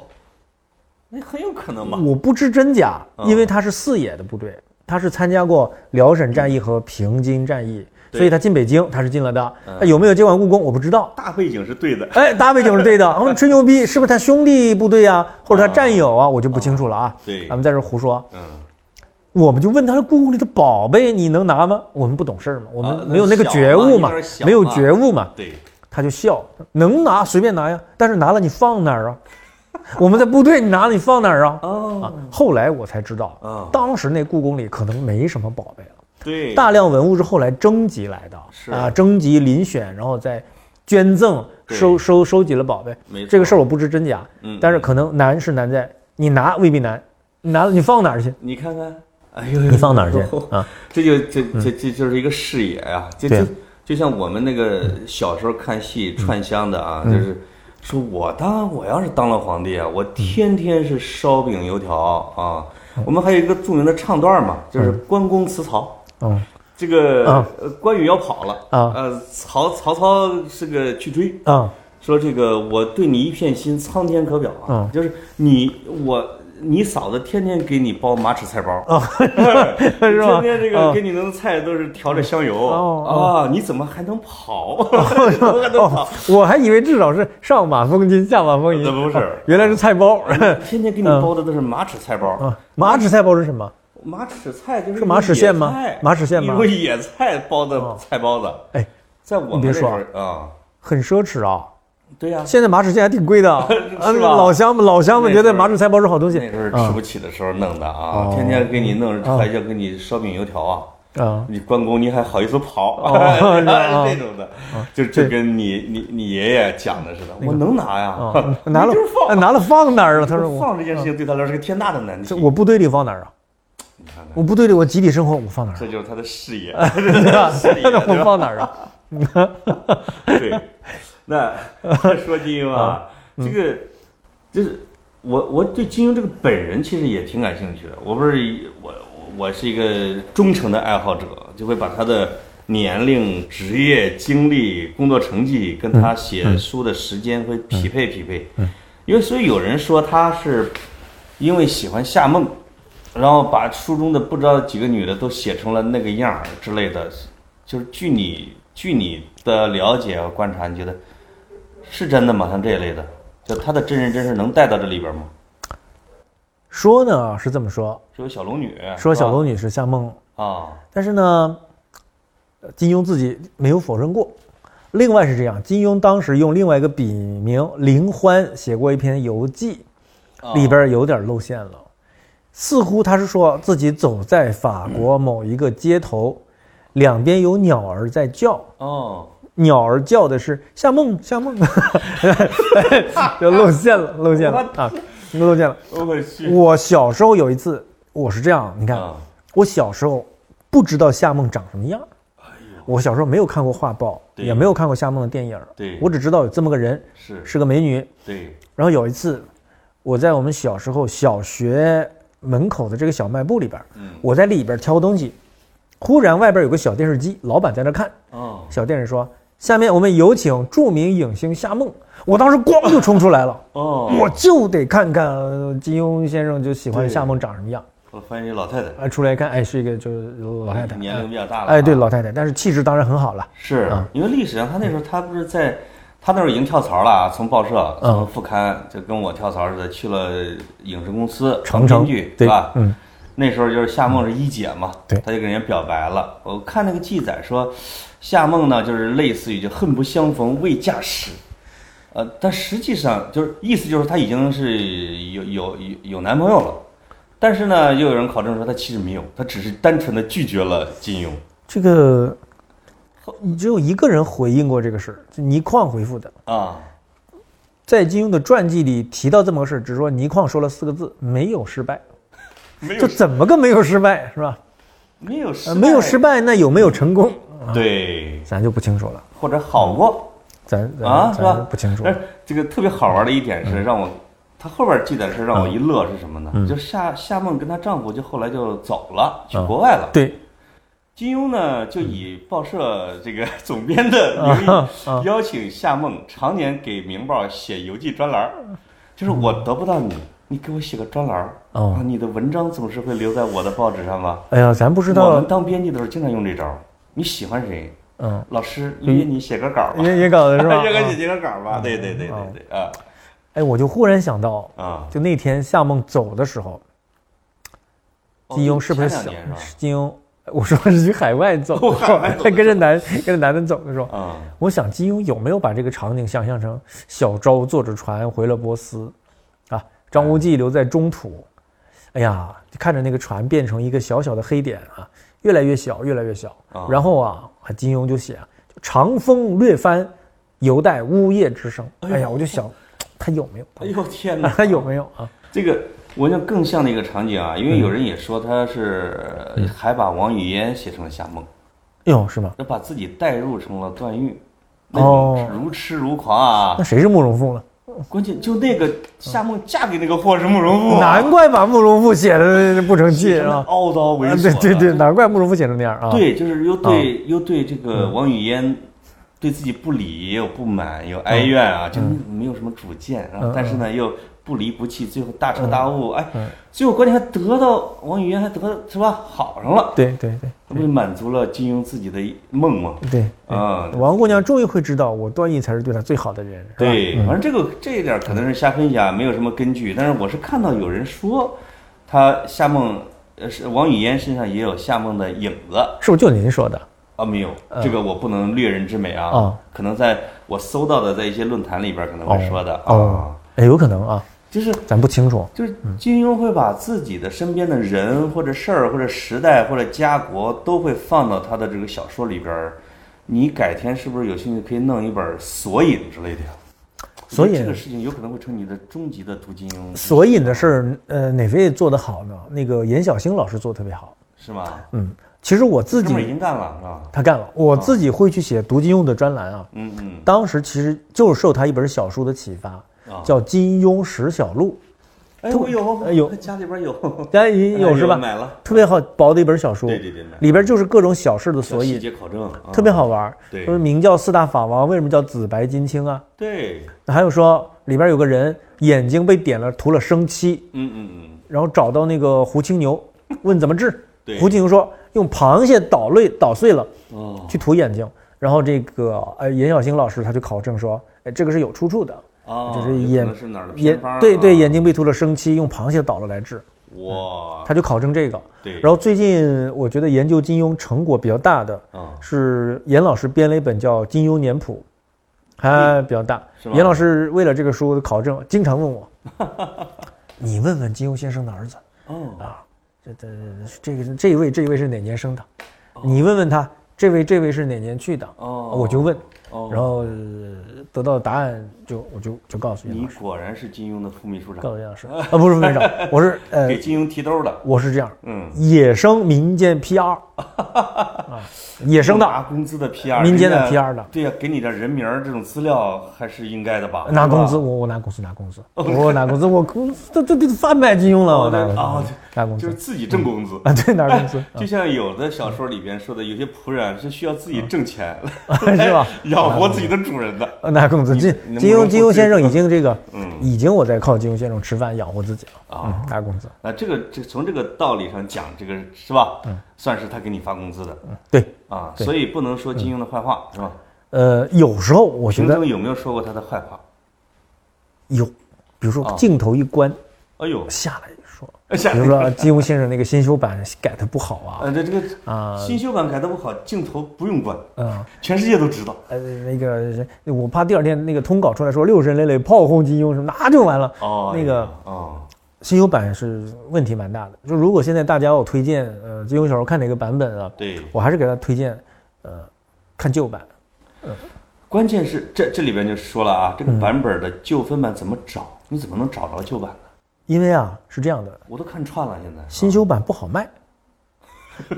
那很有可能吧？
我不知真假，
嗯
因为他是四野的部队，他是参加过辽沈战役和平津战役，
对
所以他进北京他是进了的。
嗯
哎有没有接管故宫我不知道。
大背景是对的，
哎，大背景是对 的，我们吹牛逼，是不是他兄弟部队啊，或者他
啊
战友啊，我就不清楚了啊。
对
咱们在这儿胡说。
嗯，
我们就问他的故宫里的宝贝你能拿吗？我们不懂事儿嘛，我
啊
们没有那个觉悟嘛
那个小嘛
没有觉悟嘛，
对，
他就笑，能拿随便拿呀，但是拿了你放哪儿啊？ 我们在部队，你拿了你放哪儿啊？啊
哦，，
后来我才知道
啊，
当时那故宫里可能没什么宝贝了，
对，
大量文物是后来征集来的，
是
啊，征集遴选，然后再捐赠，
对
收收收集了宝贝
没。错
这个事儿我不知真假，
嗯
但是可能难是难在你拿未必难，你拿了你放哪儿去？
你看看，哎呦，
你放哪儿去
哦
啊？
这就这这这就是一个视野啊，就
对嗯
就就像我们那个小时候看戏串香的啊，就是说我当我要是当了皇帝啊，我
嗯
天天是烧饼油条啊。我们还有一个著名的唱段嘛，就是关公辞曹。
嗯
这个、
啊
呃关羽要跑了
啊
呃，曹曹操这个去追，
啊
说这个我对你一片心，苍天可表啊，
嗯
就是你我你嫂子天天给你包马齿菜包 啊，
是吧
天天这
啊
个给你弄的菜都是调着香油、
哦
啊，你怎么还能跑？ 怎么还能跑？
我还以为至少是上马风巾下马风
啊那
银，哦
不是，
原来是菜 包。
天天给你
嗯
包的都是马齿菜包。
啊，马齿菜包是什么？
马齿菜就是
是马齿苋吗
野菜
马齿苋吗
用野菜包的
哦
菜包子，
哎，
在我
你
们
别
这时
说
候啊，
很奢侈啊！
对呀、
现在马齿苋还挺贵的，啊，
是吧
老乡们，老乡们
那
觉得
时候
马齿菜包是好东西
那时候吃
啊。
不起的时候弄的
哦
啊，天天给你弄，
啊
还叫给你烧饼油条啊。
啊，
你关公你还好意思跑？
哦是吧
这种的，就就跟你你你爷爷讲的似的，我能拿呀
啊，拿了
你就是
哎
放，
拿了放哪儿了？他 说我
放这件事情对他来说是个天大的难题
这。我部队里放哪儿啊？
你看看
我部队里我集体生活我放哪儿 啊
这？就是他的视 野，视野对吧
我放哪儿啊？
对，那说金庸啊，这个就是我我对金庸这个本人其实也挺感兴趣的。我不是我我是一个忠诚的爱好者，就会把他的年龄、职业、经历、工作成绩跟他写书的时间会匹配匹配。因为所以有人说他是因为喜欢夏梦。然后把书中的不知道几个女的都写成了那个样儿之类的，就是据你据你的了解和观察，你觉得是真的吗？像这一类的，就他的真人真事能带到这里边吗？
说呢是这么说，
说有小龙女，
说小
是
龙女是夏梦，
吧啊，
但是呢，呃金庸自己没有否认过。另外是这样，金庸当时用另外一个笔名林欢写过一篇游记，
啊
里边有点露馅了，似乎他是说自己走在法国某一个街头，两边有鸟儿在叫，
哦，
鸟儿叫的是夏梦夏梦， 就露馅了，露馅了啊，露馅了。
哦我去，
我小时候有一次，我是这样，你看，
啊
我小时候不知道夏梦长什么样儿，我小时候没有看过画报，
哎对
也没有看过夏梦的电影儿，
对
我只知道有这么个人，
是
是个美女。
对，
然后有一次，我在我们小时候小学门口的这个小卖部里边儿，
嗯
我在里边儿挑东西，忽然外边儿有个小电视机，老板在那看，
哦，
小店人说：“下面我们有请著名影星夏梦。”我当时咣就冲出来了，
哦
我就得看看呃金庸先生就喜欢夏梦长什么样。
我发现这老太太
啊，出来一看，哎，是一个就是老太太，
年龄比较大了，
哎，对
啊
老太太，但是气质当然很好了。
是、
啊
因为历史上他那时候他不是在，他那时候已经跳槽了啊，从报社、
嗯
从副刊就跟我跳槽似的，去了影视公司
长
当
城
编剧，
对
吧？
嗯，
那时候就是夏梦是一姐嘛，
对
他就给人家表白了。我看那个记载说，夏梦呢就是类似于就恨不相逢未嫁时。呃，但实际上就是意思就是她已经是有有有有男朋友了，但是呢，又有人考证说她其实没有，她只是单纯的拒绝了金庸
这个你只有一个人回应过这个事儿，就倪匡回复的，
啊。
在金庸的传记里提到这么个事儿，只说倪匡说了四个字：没有失败。
没有
就怎么个没有失败是吧？
没有失嗯
呃，没有失败，那有没有成功，
对，
咱就不清楚了。
或者好过
咱咱
啊，是
咱
吧？
不清楚
但。是这个特别好玩的一点
嗯
是，让我他后边记载的是让我一乐是什么呢？就夏夏梦跟她丈夫就后来就走了，
嗯
去国外了。
对，
金庸呢就以
嗯
报社这个总编的名义邀请夏梦，常年给《明报》写游记专栏儿，就是我得不到你，你给我写个专栏儿
哦
啊，你的文章总是会留在我的报纸上吧？
哎呀，咱不知
我
道
们，当编辑的时候经常用这招儿，你喜欢谁？
嗯，
老师约你写个稿儿吧，
也也搞的 是吧？嗯
约个
啊
写个稿儿吧，对对对对对啊
哎，我就忽然想到，
啊！
就那天夏梦走的时候，
哦
金庸是不是
前
想
两年是
金庸？ 我说是去海外走
我海外，走
跟着男跟着男的走的时候
吧？，啊，
我想金庸有没有把这个场景想象成小昭坐着船回了波斯，啊，张无忌留在中土，
嗯
哎呀，看着那个船变成一个小小的黑点啊，越来越小，越来越小
啊。
然后啊，金庸就写长风掠帆，犹带呜咽之声。哎呀，我就想，他有没有？
哎呦天哪，
他有没有啊？
这个我想更像的一个场景啊，因为有人也说他是呃还把王语嫣写成了夏梦，
哟，哎是吗？
那把自己代入成了段誉，那
哦
种如痴如狂啊
那！谁是慕容复呢？
关键就那个夏梦嫁给那个霍是慕容复啊，
难怪把慕容复写的不成器
是
啊！
懊恼猥
啊，
琐
对
的，
对对，难怪慕容复写成那样啊！嗯
对，就是又对、又对这个王语嫣对自己不理，也有不满，有
嗯
哀怨啊，就没有什么主见，然后但是呢又不离不弃，最后大
嗯
彻大悟，哎，最后关键还得到王语嫣还得是吧好上了，
对对对
那不就满足了金庸自己的梦吗？
对。
啊、
王姑娘终于会知道，我段誉才是对她最好的人。是吧，嗯
对，反正这个这一点可能是瞎分析啊，没有什么根据。但是我是看到有人说，他夏梦，呃，是王语嫣身上也有夏梦的影子，
是不是就您说的？
啊，没有，
嗯
这个我不能略人之美啊，
啊
可能在我搜到的，在一些论坛里边可能会说的、
哦嗯
啊，，
哎，有可能啊。
就是
咱不清楚。
就是金庸会把自己的身边的人或者事儿或者时代或者家国都会放到他的这个小说里边儿。你改天是不是有兴趣可以弄一本《索引》之类的呀？
索引
这个事情有可能会成你的终极的读金庸，
索引的事儿，呃，哪位做得好呢？那个严小星老师做得特别好。
是吗？
嗯，其实我自
这本已
己
经干了是吧？
他干了，我自己会去写读金庸的专栏啊。
啊嗯嗯
当时其实就是受他一本小说的启发，
啊，
叫《金庸十小录
哎我有
哎有
家里边哎有》，，
大家也有是吧？
买了，
特别好薄的一本小书，
对对对，买了
里边就是各种小事的
叫
索
细
引，
节考证啊
特别好玩儿。
对
就是明叫四大法王，为什么叫紫白金青啊？
对，
还有说里边有个人眼睛被点了，涂了生漆，
嗯嗯嗯，
然后找到那个胡青 牛，问怎么治
对。
胡青牛说用螃蟹捣碎捣碎了
哦
去涂眼睛。然后这个呃严小星老师他就考证说，哎，这个是有出处的，
哦，
就是
有可
眼
能是哪儿的
眼
偏方儿
对对
啊
眼睛被涂了生漆，用螃蟹捣了来治，
哇，
他就考证这个。
啊对，
然后最近我觉得研究金庸成果比较大的
啊，
是严老师编了一本叫《金庸年谱》，还比较大。
嗯是吧
严老师为了这个书的考证，经常 问我，你问问金庸先生的儿子
哦，
啊，这这这个这一位这一位是哪年生的？你问问他，这位这位是哪年去的？
哦
我就问，
哦
然后呃得到的答案就我就就告诉严
你
老师，
果然是金庸的副秘书
告
长，
诉严老师啊，不是副院长， 我是呃
给金庸提兜儿的，
我是这样，
嗯，
野生民间 PR 啊，野生的
拿工资的 PR，
民间的
人家
PR 的
对呀，给你点人名儿这种资料还是应该的吧？
拿
是吧哦
工资，，我我拿工资拿工资，我拿工资，我工资这这这贩卖金庸了，我拿工资
哦
拿工
就是
资
自己挣工资。
啊，对拿工资，
就像有的小说里边说的，有些仆人啊是需要自己挣钱，
嗯
哎
是吧？嗯
养活自己的主人的。
啊拿工资，金
你能不
金
能
庸
不
金庸先生
自
已经这个
嗯，
已经我在靠金庸先生吃饭养活自己了
啊
嗯拿工资，
那这个这从这个道理上讲，这个是吧？
嗯
算是他给你发工资的
对，
啊，
对
所以不能说金庸的坏话，是吧？
呃，有时候我觉
平
得
生有没有说过他的坏话？
有，比如
啊
说镜头一关
哎呦，
下来说，
哎下
比如说金庸先生那个新修版改的不好 啊，
呃，这这个
啊
新修版改的不好，镜头不用关，
嗯。
全世界都知道。
呃，那个我怕第二天那个通稿出来说六神磊磊炮轰金庸什么的，那就完了。
哦，
那个
哦，
新修版是问题蛮大的。就如果现在大家要我推荐，呃，金庸小说看哪个版本啊？
对，
我还是给他推荐，呃，看旧版。
关键是这这里边就说了
嗯
啊，这个版本的旧分版怎么找？你怎么能找着旧版呢？
因为啊是这样的，
我都看串了，现在
新修版不好卖，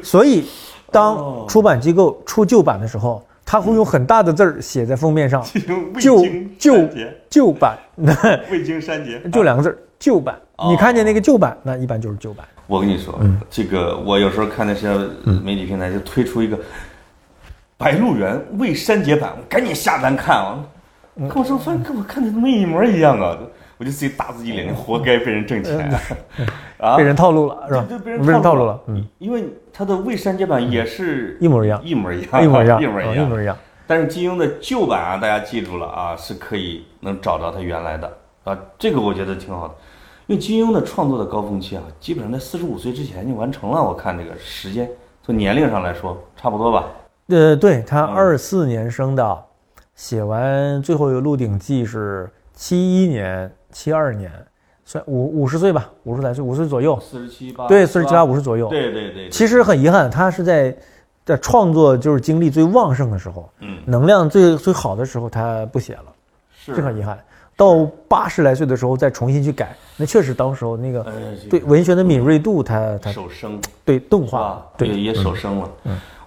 所以当出版机构出旧版的时候，他会用很大的字儿写在封面 上
这种未
旧
经
旧
删节，
旧版，
未经删节。
就两个字儿旧版。你看见那个旧版，那一般就是旧版。
我跟你说，
嗯
这个我有时候看那些媒体平台就推出一个《白鹿原》未删节版，我赶紧下单看啊！
嗯
可我说发现跟我看的他妈一模一样啊！我就自己打自己脸，活该被人挣钱啊！
被人套路了是嗯吧
对？对
被人套路
路
了，嗯。，
因为它的未删节版也是
一模一样
一模一样，
一模一 样，
一模
啊
一
一模
样。
一样。
但是金庸的旧版啊，大家记住了啊，是可以能找着他原来的啊，这个我觉得挺好的。因为金庸的创作的高峰期啊，基本上在四十五岁之前就完成了。我看这个时间，从年龄上来说，差不多吧。
呃，对他
嗯
二四年生的，写完最后一个《鹿鼎记》是七一年、七二年，算五五十岁吧，五十来岁，五岁左右。
四十七八，
对，
啊是
四
吧
十七八，五十左右。
对对对，
其实很遗憾，他是在在创作就是精力最旺盛的时候，
嗯，
能量最最好的时候，他不写了，
是
这很遗憾。到八十来岁的时候再重新去改，那确实当时候那个
呃，
对文学的敏锐度，他他
手生
对动
是吧哎
画？对嗯
也也手生了。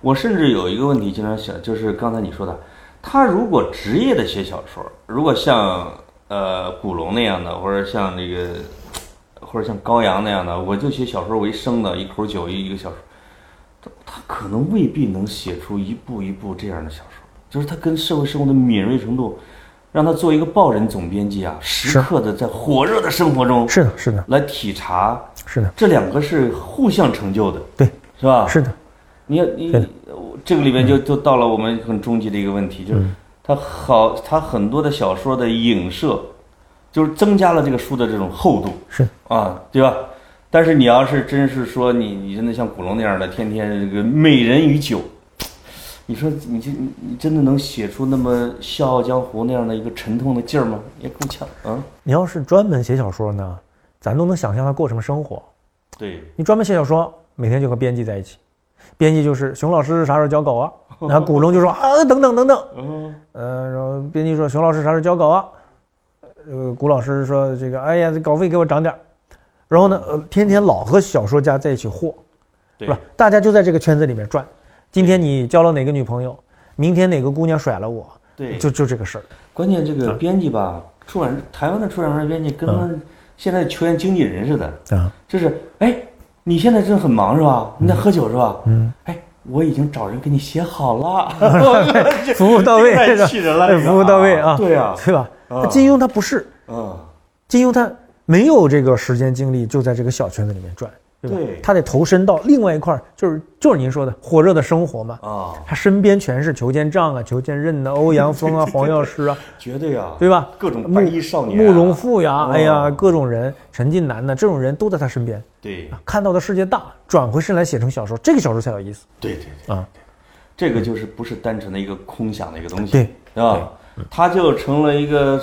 我甚至有一个问题经常想，就是刚才你说的，他如果职业的写小说，如果像呃古龙那样的，或者像那个，或者像高阳那样的，我就写小说为生的，一口酒一一个小说，他他可能未必能写出一部一部这样的小说，就是他跟社会生活的敏锐程度。让他做一个报人总编辑啊，时
是
刻的在火热的生活中
是的，是的，
来体察，
是的，
这两个是互相成就的，
对，
是吧？
是的。
你你这个里面就
嗯
就到了我们很终极的一个问题，就是它好，它很多的小说的影射，就是增加了这个书的这种厚度，
是
啊，对吧？但是你要是真是说你你真的像古龙那样的，天天这个美人与酒，你说你这你你真的能写出那么《笑傲江湖》那样的一个沉痛的劲儿吗？也够呛啊。
你要是专门写小说呢，咱都能想象他过什么生活。
对，
你专门写小说，每天就和编辑在一起，编辑就是熊老师啥时候交稿啊？然后古龙就说啊等等等等，
嗯，
呃，然后编辑说熊老师啥时候交稿啊？呃，古老师说这个哎呀这稿费给我涨点儿，然后呢，呃，天天老和小说家在一起和，
嗯对
是吧？大家就在这个圈子里面转。今天你交了哪个女朋友？明天哪个姑娘甩了我？
对，
就嗯就这个事儿。
关键这个编辑吧，出版台湾的出版社编辑跟他
嗯
们现在球员经纪人似的，
啊，
就是哎，你现在真的很忙是吧？你在喝酒是吧？
嗯，
哎，我已经找人给你写好 了，
服务到 位，
太
是吧
气人了，
对
这个
服务到位啊，
对啊，
对吧？
啊
那金庸他不是，
嗯，
金庸他没有这个时间精力，就在这个小圈子里面转，对吧？
对
他得投身到另外一块儿，就是就是您说的火热的生活嘛。
啊，
他身边全是裘千丈啊、裘千仞呐、欧阳锋 啊、黄药师啊，
绝对啊，
对吧？
各种
慕
白衣少年啊，
慕容复呀，
哦
哎呀，各种人，陈近南呐，这种人都在他身边。
对
看到的世界大，转回身来写成小说，这个小说才有意思
对对对。
啊！
这个就是不是单纯的一个空想的一个东西，
对
是吧？它就成了一个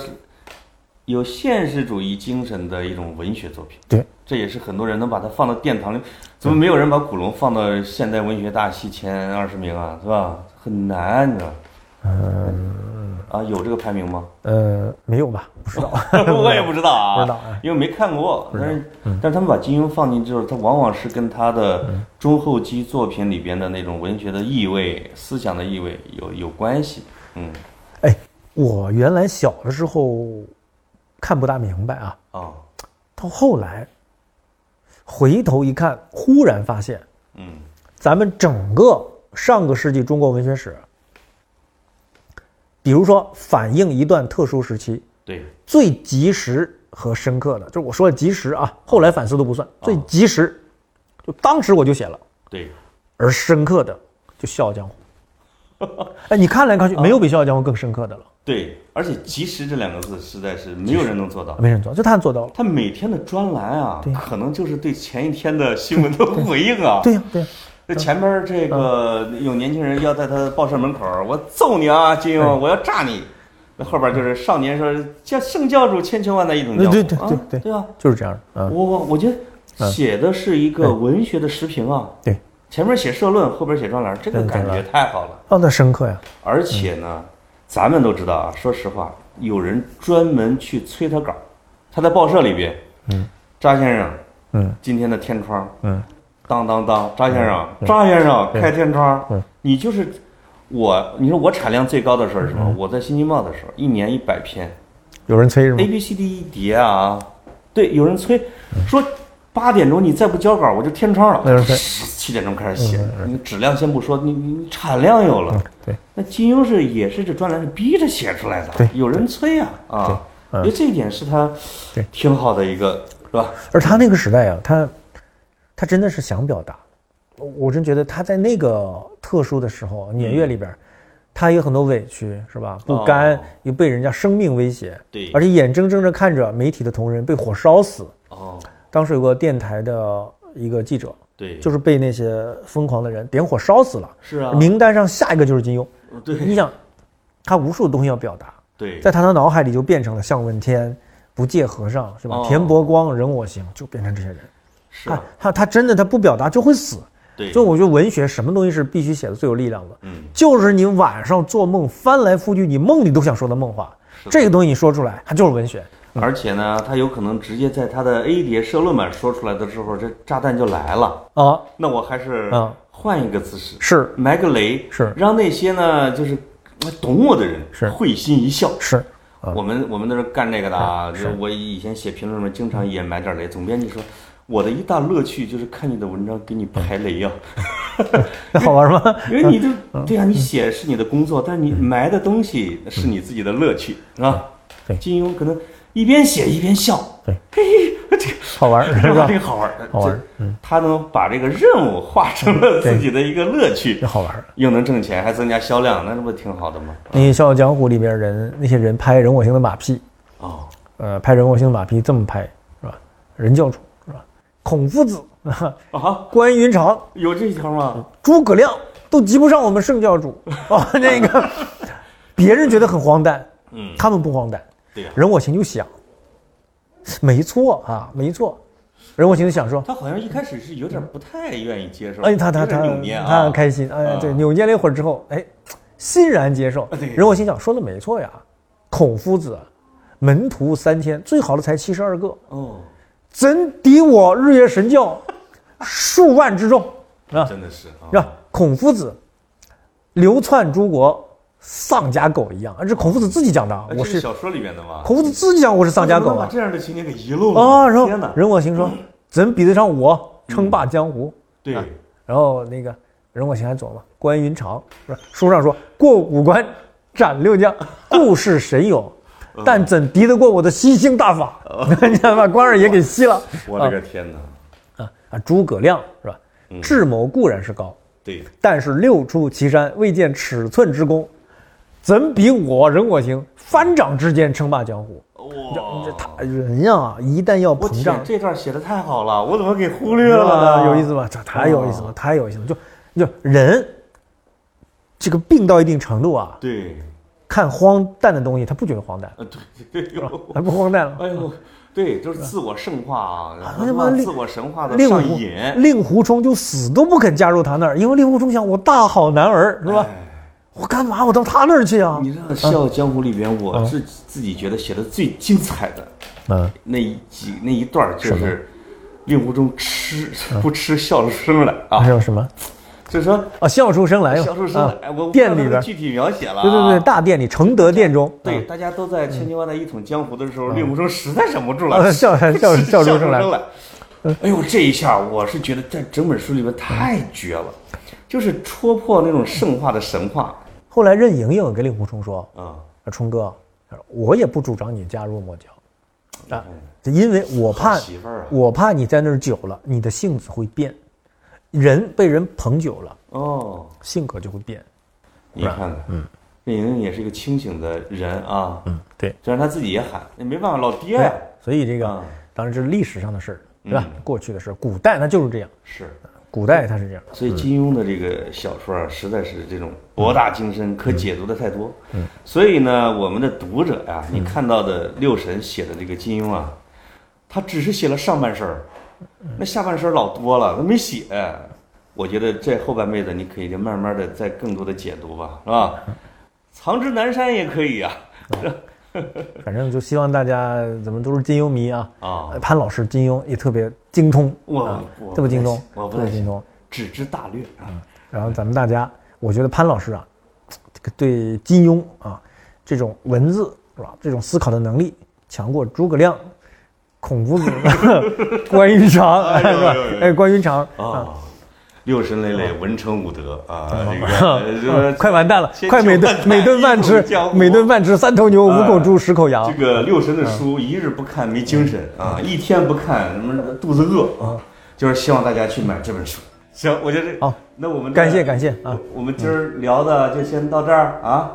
有现实主义精神的一种文学作品。
对，
这也是很多人能把它放到殿堂里，怎么没有人把古龙放到现代文学大系前二十名啊？是吧？很难，你知道？嗯，啊，有这个排名 吗？
呃，没有吧？不知道，
我也不知道啊，
不知道哎
因为没看过。但是，
嗯
但是他们把金庸放进，就是他往往是跟他的中后期作品里边的那种文学的意味、思想的意味有有关系。嗯，
哎，我原来小的时候看不大明白啊，
啊，
到后来回头一看，忽然发现，
嗯，
咱们整个上个世纪中国文学史，比如说反映一段特殊时期，
对，
最及时和深刻的，就是我说的及时啊，后来反思都不算，最及时，就当时我就写了。
对，
而深刻的，就《笑傲江 湖》。哎，你看来看去，没有比《笑傲江湖》更深刻的了，
对，而且“及时”这两个字实在是没有人能做到。
没人做，就他做到了。
他每天的专栏啊，可能就是对前一天的新闻的回应啊。
对呀、嗯对呀、
那前边儿这个有年轻人要在他报社门口儿，我揍你啊，金庸，我要炸你。那后边儿就是少年说教圣教主千秋万代一等教父，
对对对
啊
对嗯
对吧？
就是这样的啊
我。我我觉得写的是一个文学的时评啊，
对，
前面写社论，后边写专栏，这个
对
感觉
对
太好了。
哦，那深刻呀，
而且呢，咱们都知道啊，说实话，有人专门去催他稿儿，他在报社里边，嗯，张先生，
嗯
今天的天窗，
嗯，
当当当，张先生，张先生开天窗，
嗯
你就是我，你说我产量最高的时候是什
嗯
么？我在新京报的时候，一年一百篇
有人催是
，A
吗？
B C D 一叠啊，对，有人催
嗯
说八点钟你再不交稿，我就天窗
有
了，
人催，
七点钟开始写，
嗯
你质量先不说，你你你产量有了，
对，
那金庸是也是这专栏是逼着写出来的，
对
有人催啊啊，
对嗯
因为这一点是他
对
挺好的一个是吧？
而他那个时代啊，他他真的是想表达，我我真觉得他在那个特殊的时候年月里边，他有很多委屈是吧？不甘
哦
又被人家生命威胁，
对
而且眼睁睁的看着媒体的同仁被火烧死。
哦，
当时有个电台的一个记者，
对，
就是被那些疯狂的人点火烧死了。
是啊，
名单上下一个就是金庸。你
对
想，他无数东西要表达，
对
在他的脑海里就变成了向问天、不戒和尚，是吧？
哦
田伯光、任我行，就变成这些人。
是嗯
他
啊，
他他真的他不表达就会死。
对，
就我觉得文学什么东西是必须写的最有力量的，
嗯，
就是你晚上做梦翻来覆去，你梦里都想说的梦话，
是的
这个东西你说出来，它就是文学。
而且呢，他有可能直接在他的 A 叠社论版说出来的时候，这炸弹就来了。
啊，
那我还是
嗯
换一个姿势，
是
埋个雷，
是
让那些呢就是呃懂我的人
是啊
会心一笑。
是，
我们我们那时候干这个的啊，就是我以前写评论里面经常也埋点雷。总编辑说，我的一大乐趣就是看你的文章给你排雷啊呀、
那好玩吗？
因为你 这
嗯
对呀、你写是你的工作，但是你埋的东西是你自己的乐趣，是吧？
嗯对
金庸可能一边写一边笑，
对，好玩 是吧
这？个好玩儿，
好玩儿嗯
这他能把这个任务化成了自己的一个乐趣
这，好玩。
又能挣钱，还增加销量，那这不挺好的吗？
那《笑傲江湖》里边人那些人拍任我行的马屁，
哦，
呃，拍任我行的马屁这么拍是吧？任教主是吧？孔夫子、啊、
啊，
关云长、嗯
有这一条吗？
诸葛亮都及不上我们圣教 主啊。那个别人觉得很荒诞，嗯，他们不荒诞。
对呀
任我行就想，没错啊，没错。任我行就想说，
他好像一开始是有点不太愿意接受，
哎，他他
有点
他
扭捏啊，啊
他很开心，哎，对，扭捏了一会儿之后，哎，欣然接受。
对
人我心想，说的没错呀，孔夫子门徒三千，最好的才七十二个，
哦，
怎敌我日月神教数万之众啊？
真的是啊
是，吧？孔夫子流窜诸国，丧家狗一样，这孔夫子自己讲的啊，
哎
我
这是
是
小说里面的吗？
孔夫子自己讲我是丧家狗
我怎么能
啊
把。这样的情节给遗漏了
啊，然
天
后
哪，嗯
任我行说，怎比得上我称霸江湖？
对，
啊然后那个任我行还琢磨，关云长是吧？书上说过五关斩六将，故事神勇，
嗯
但怎敌得过我的吸星大法？ 你想把关二爷给吸了
我的个天哪，
啊啊！诸葛亮是吧？
嗯
智谋固然是高，
对，
但是六出祁山未见尺寸之功，怎比我任我行翻掌之间称霸江湖？
哇
这他人呀、一旦要
我
膨胀
天，，这段写的太好了，我怎么给忽略
啊，
了呢？
有意思吧？这太有意思了，太有意思了！就就人这个病到一定程度啊，
对，
看荒诞的东西，他不觉得荒诞，
呃，对， 对，呦
他不荒诞了。
哎呦，对，就是自我圣化啊，然后
他
他
妈
妈
令
自我神话的
令
呃上
狐
瘾，
令狐冲就死都不肯加入他那儿，因为令狐冲想我大好男儿是吧？
哎
我干嘛我到他那儿去啊？
你知道《笑傲江湖》里边，我自自己觉得写的最精彩的
嗯，
那一集那一段儿就是令狐冲吃不吃笑出声来啊
还，有什么？
就是说
啊，笑出声来哟！
笑出声来
啊，
哎，我我不知道
店里
他
边
的，具体描写了啊，
对对对，大殿里，承德殿中，啊
对，大家都在千军万代一统江湖的时候，令狐冲实在忍不住了，
嗯啊笑笑笑
是
笑
笑出
出声
声
来嗯
来。哎呦，这一下我是觉得在整本书里面太绝了，就是戳破那种圣化的神话
后来任盈盈跟令狐冲说
啊。：“
啊，冲哥，我也不主张你加入魔教，啊，因为我怕
好媳妇儿啊
我怕你在那儿久了，你的性子会变。人被人捧久了，
哦，
性格就会变。
你看
啊
看，嗯，任盈盈也是一个清醒的人啊，嗯，
对，
虽然他自己也喊，也没办法，老爹呀，
所以这个
啊嗯
当然这是历史上的事儿，对吧？过去的事儿，古代它就是这样，
是。
古代它是这样。
所以金庸的这个小说啊，实在是这种博大精深，可解读的太多。嗯，所以呢，我们的读者呀、你看到的六神写的这个金庸啊，他只是写了上半身儿，那下半身儿老多了，他没写。我觉得这后半辈子你可以就慢慢的再更多的解读吧，是吧？藏之南山也可以啊，
反正就希望大家咱们都是金庸迷啊。
啊，
呃潘老师金庸也特别精通，
我
啊
我
特别精通，
我不
特别
太
精通。
只知大略啊。
然后咱们大家，我觉得潘老师啊，这个对金庸啊这种文字是吧，这种思考的能力强过诸葛亮、孔夫子、关云长，哎是吧
哎呦呦？呦
哎，关云长啊，
啊，六神磊磊，文成武德啊，这个呃就是
快完蛋了
千，秋
快每
万
顿
代
每顿饭吃
一统江，湖
每顿饭吃三头牛、五
哎
口猪、十口羊
这，个六神的
嗯
书，一日不看没精神啊，一天不看什么肚子饿啊，就是希望大家去买这本书。行，我觉得
好，
那我们
感谢感谢啊
我我们今儿聊的就先到这儿啊，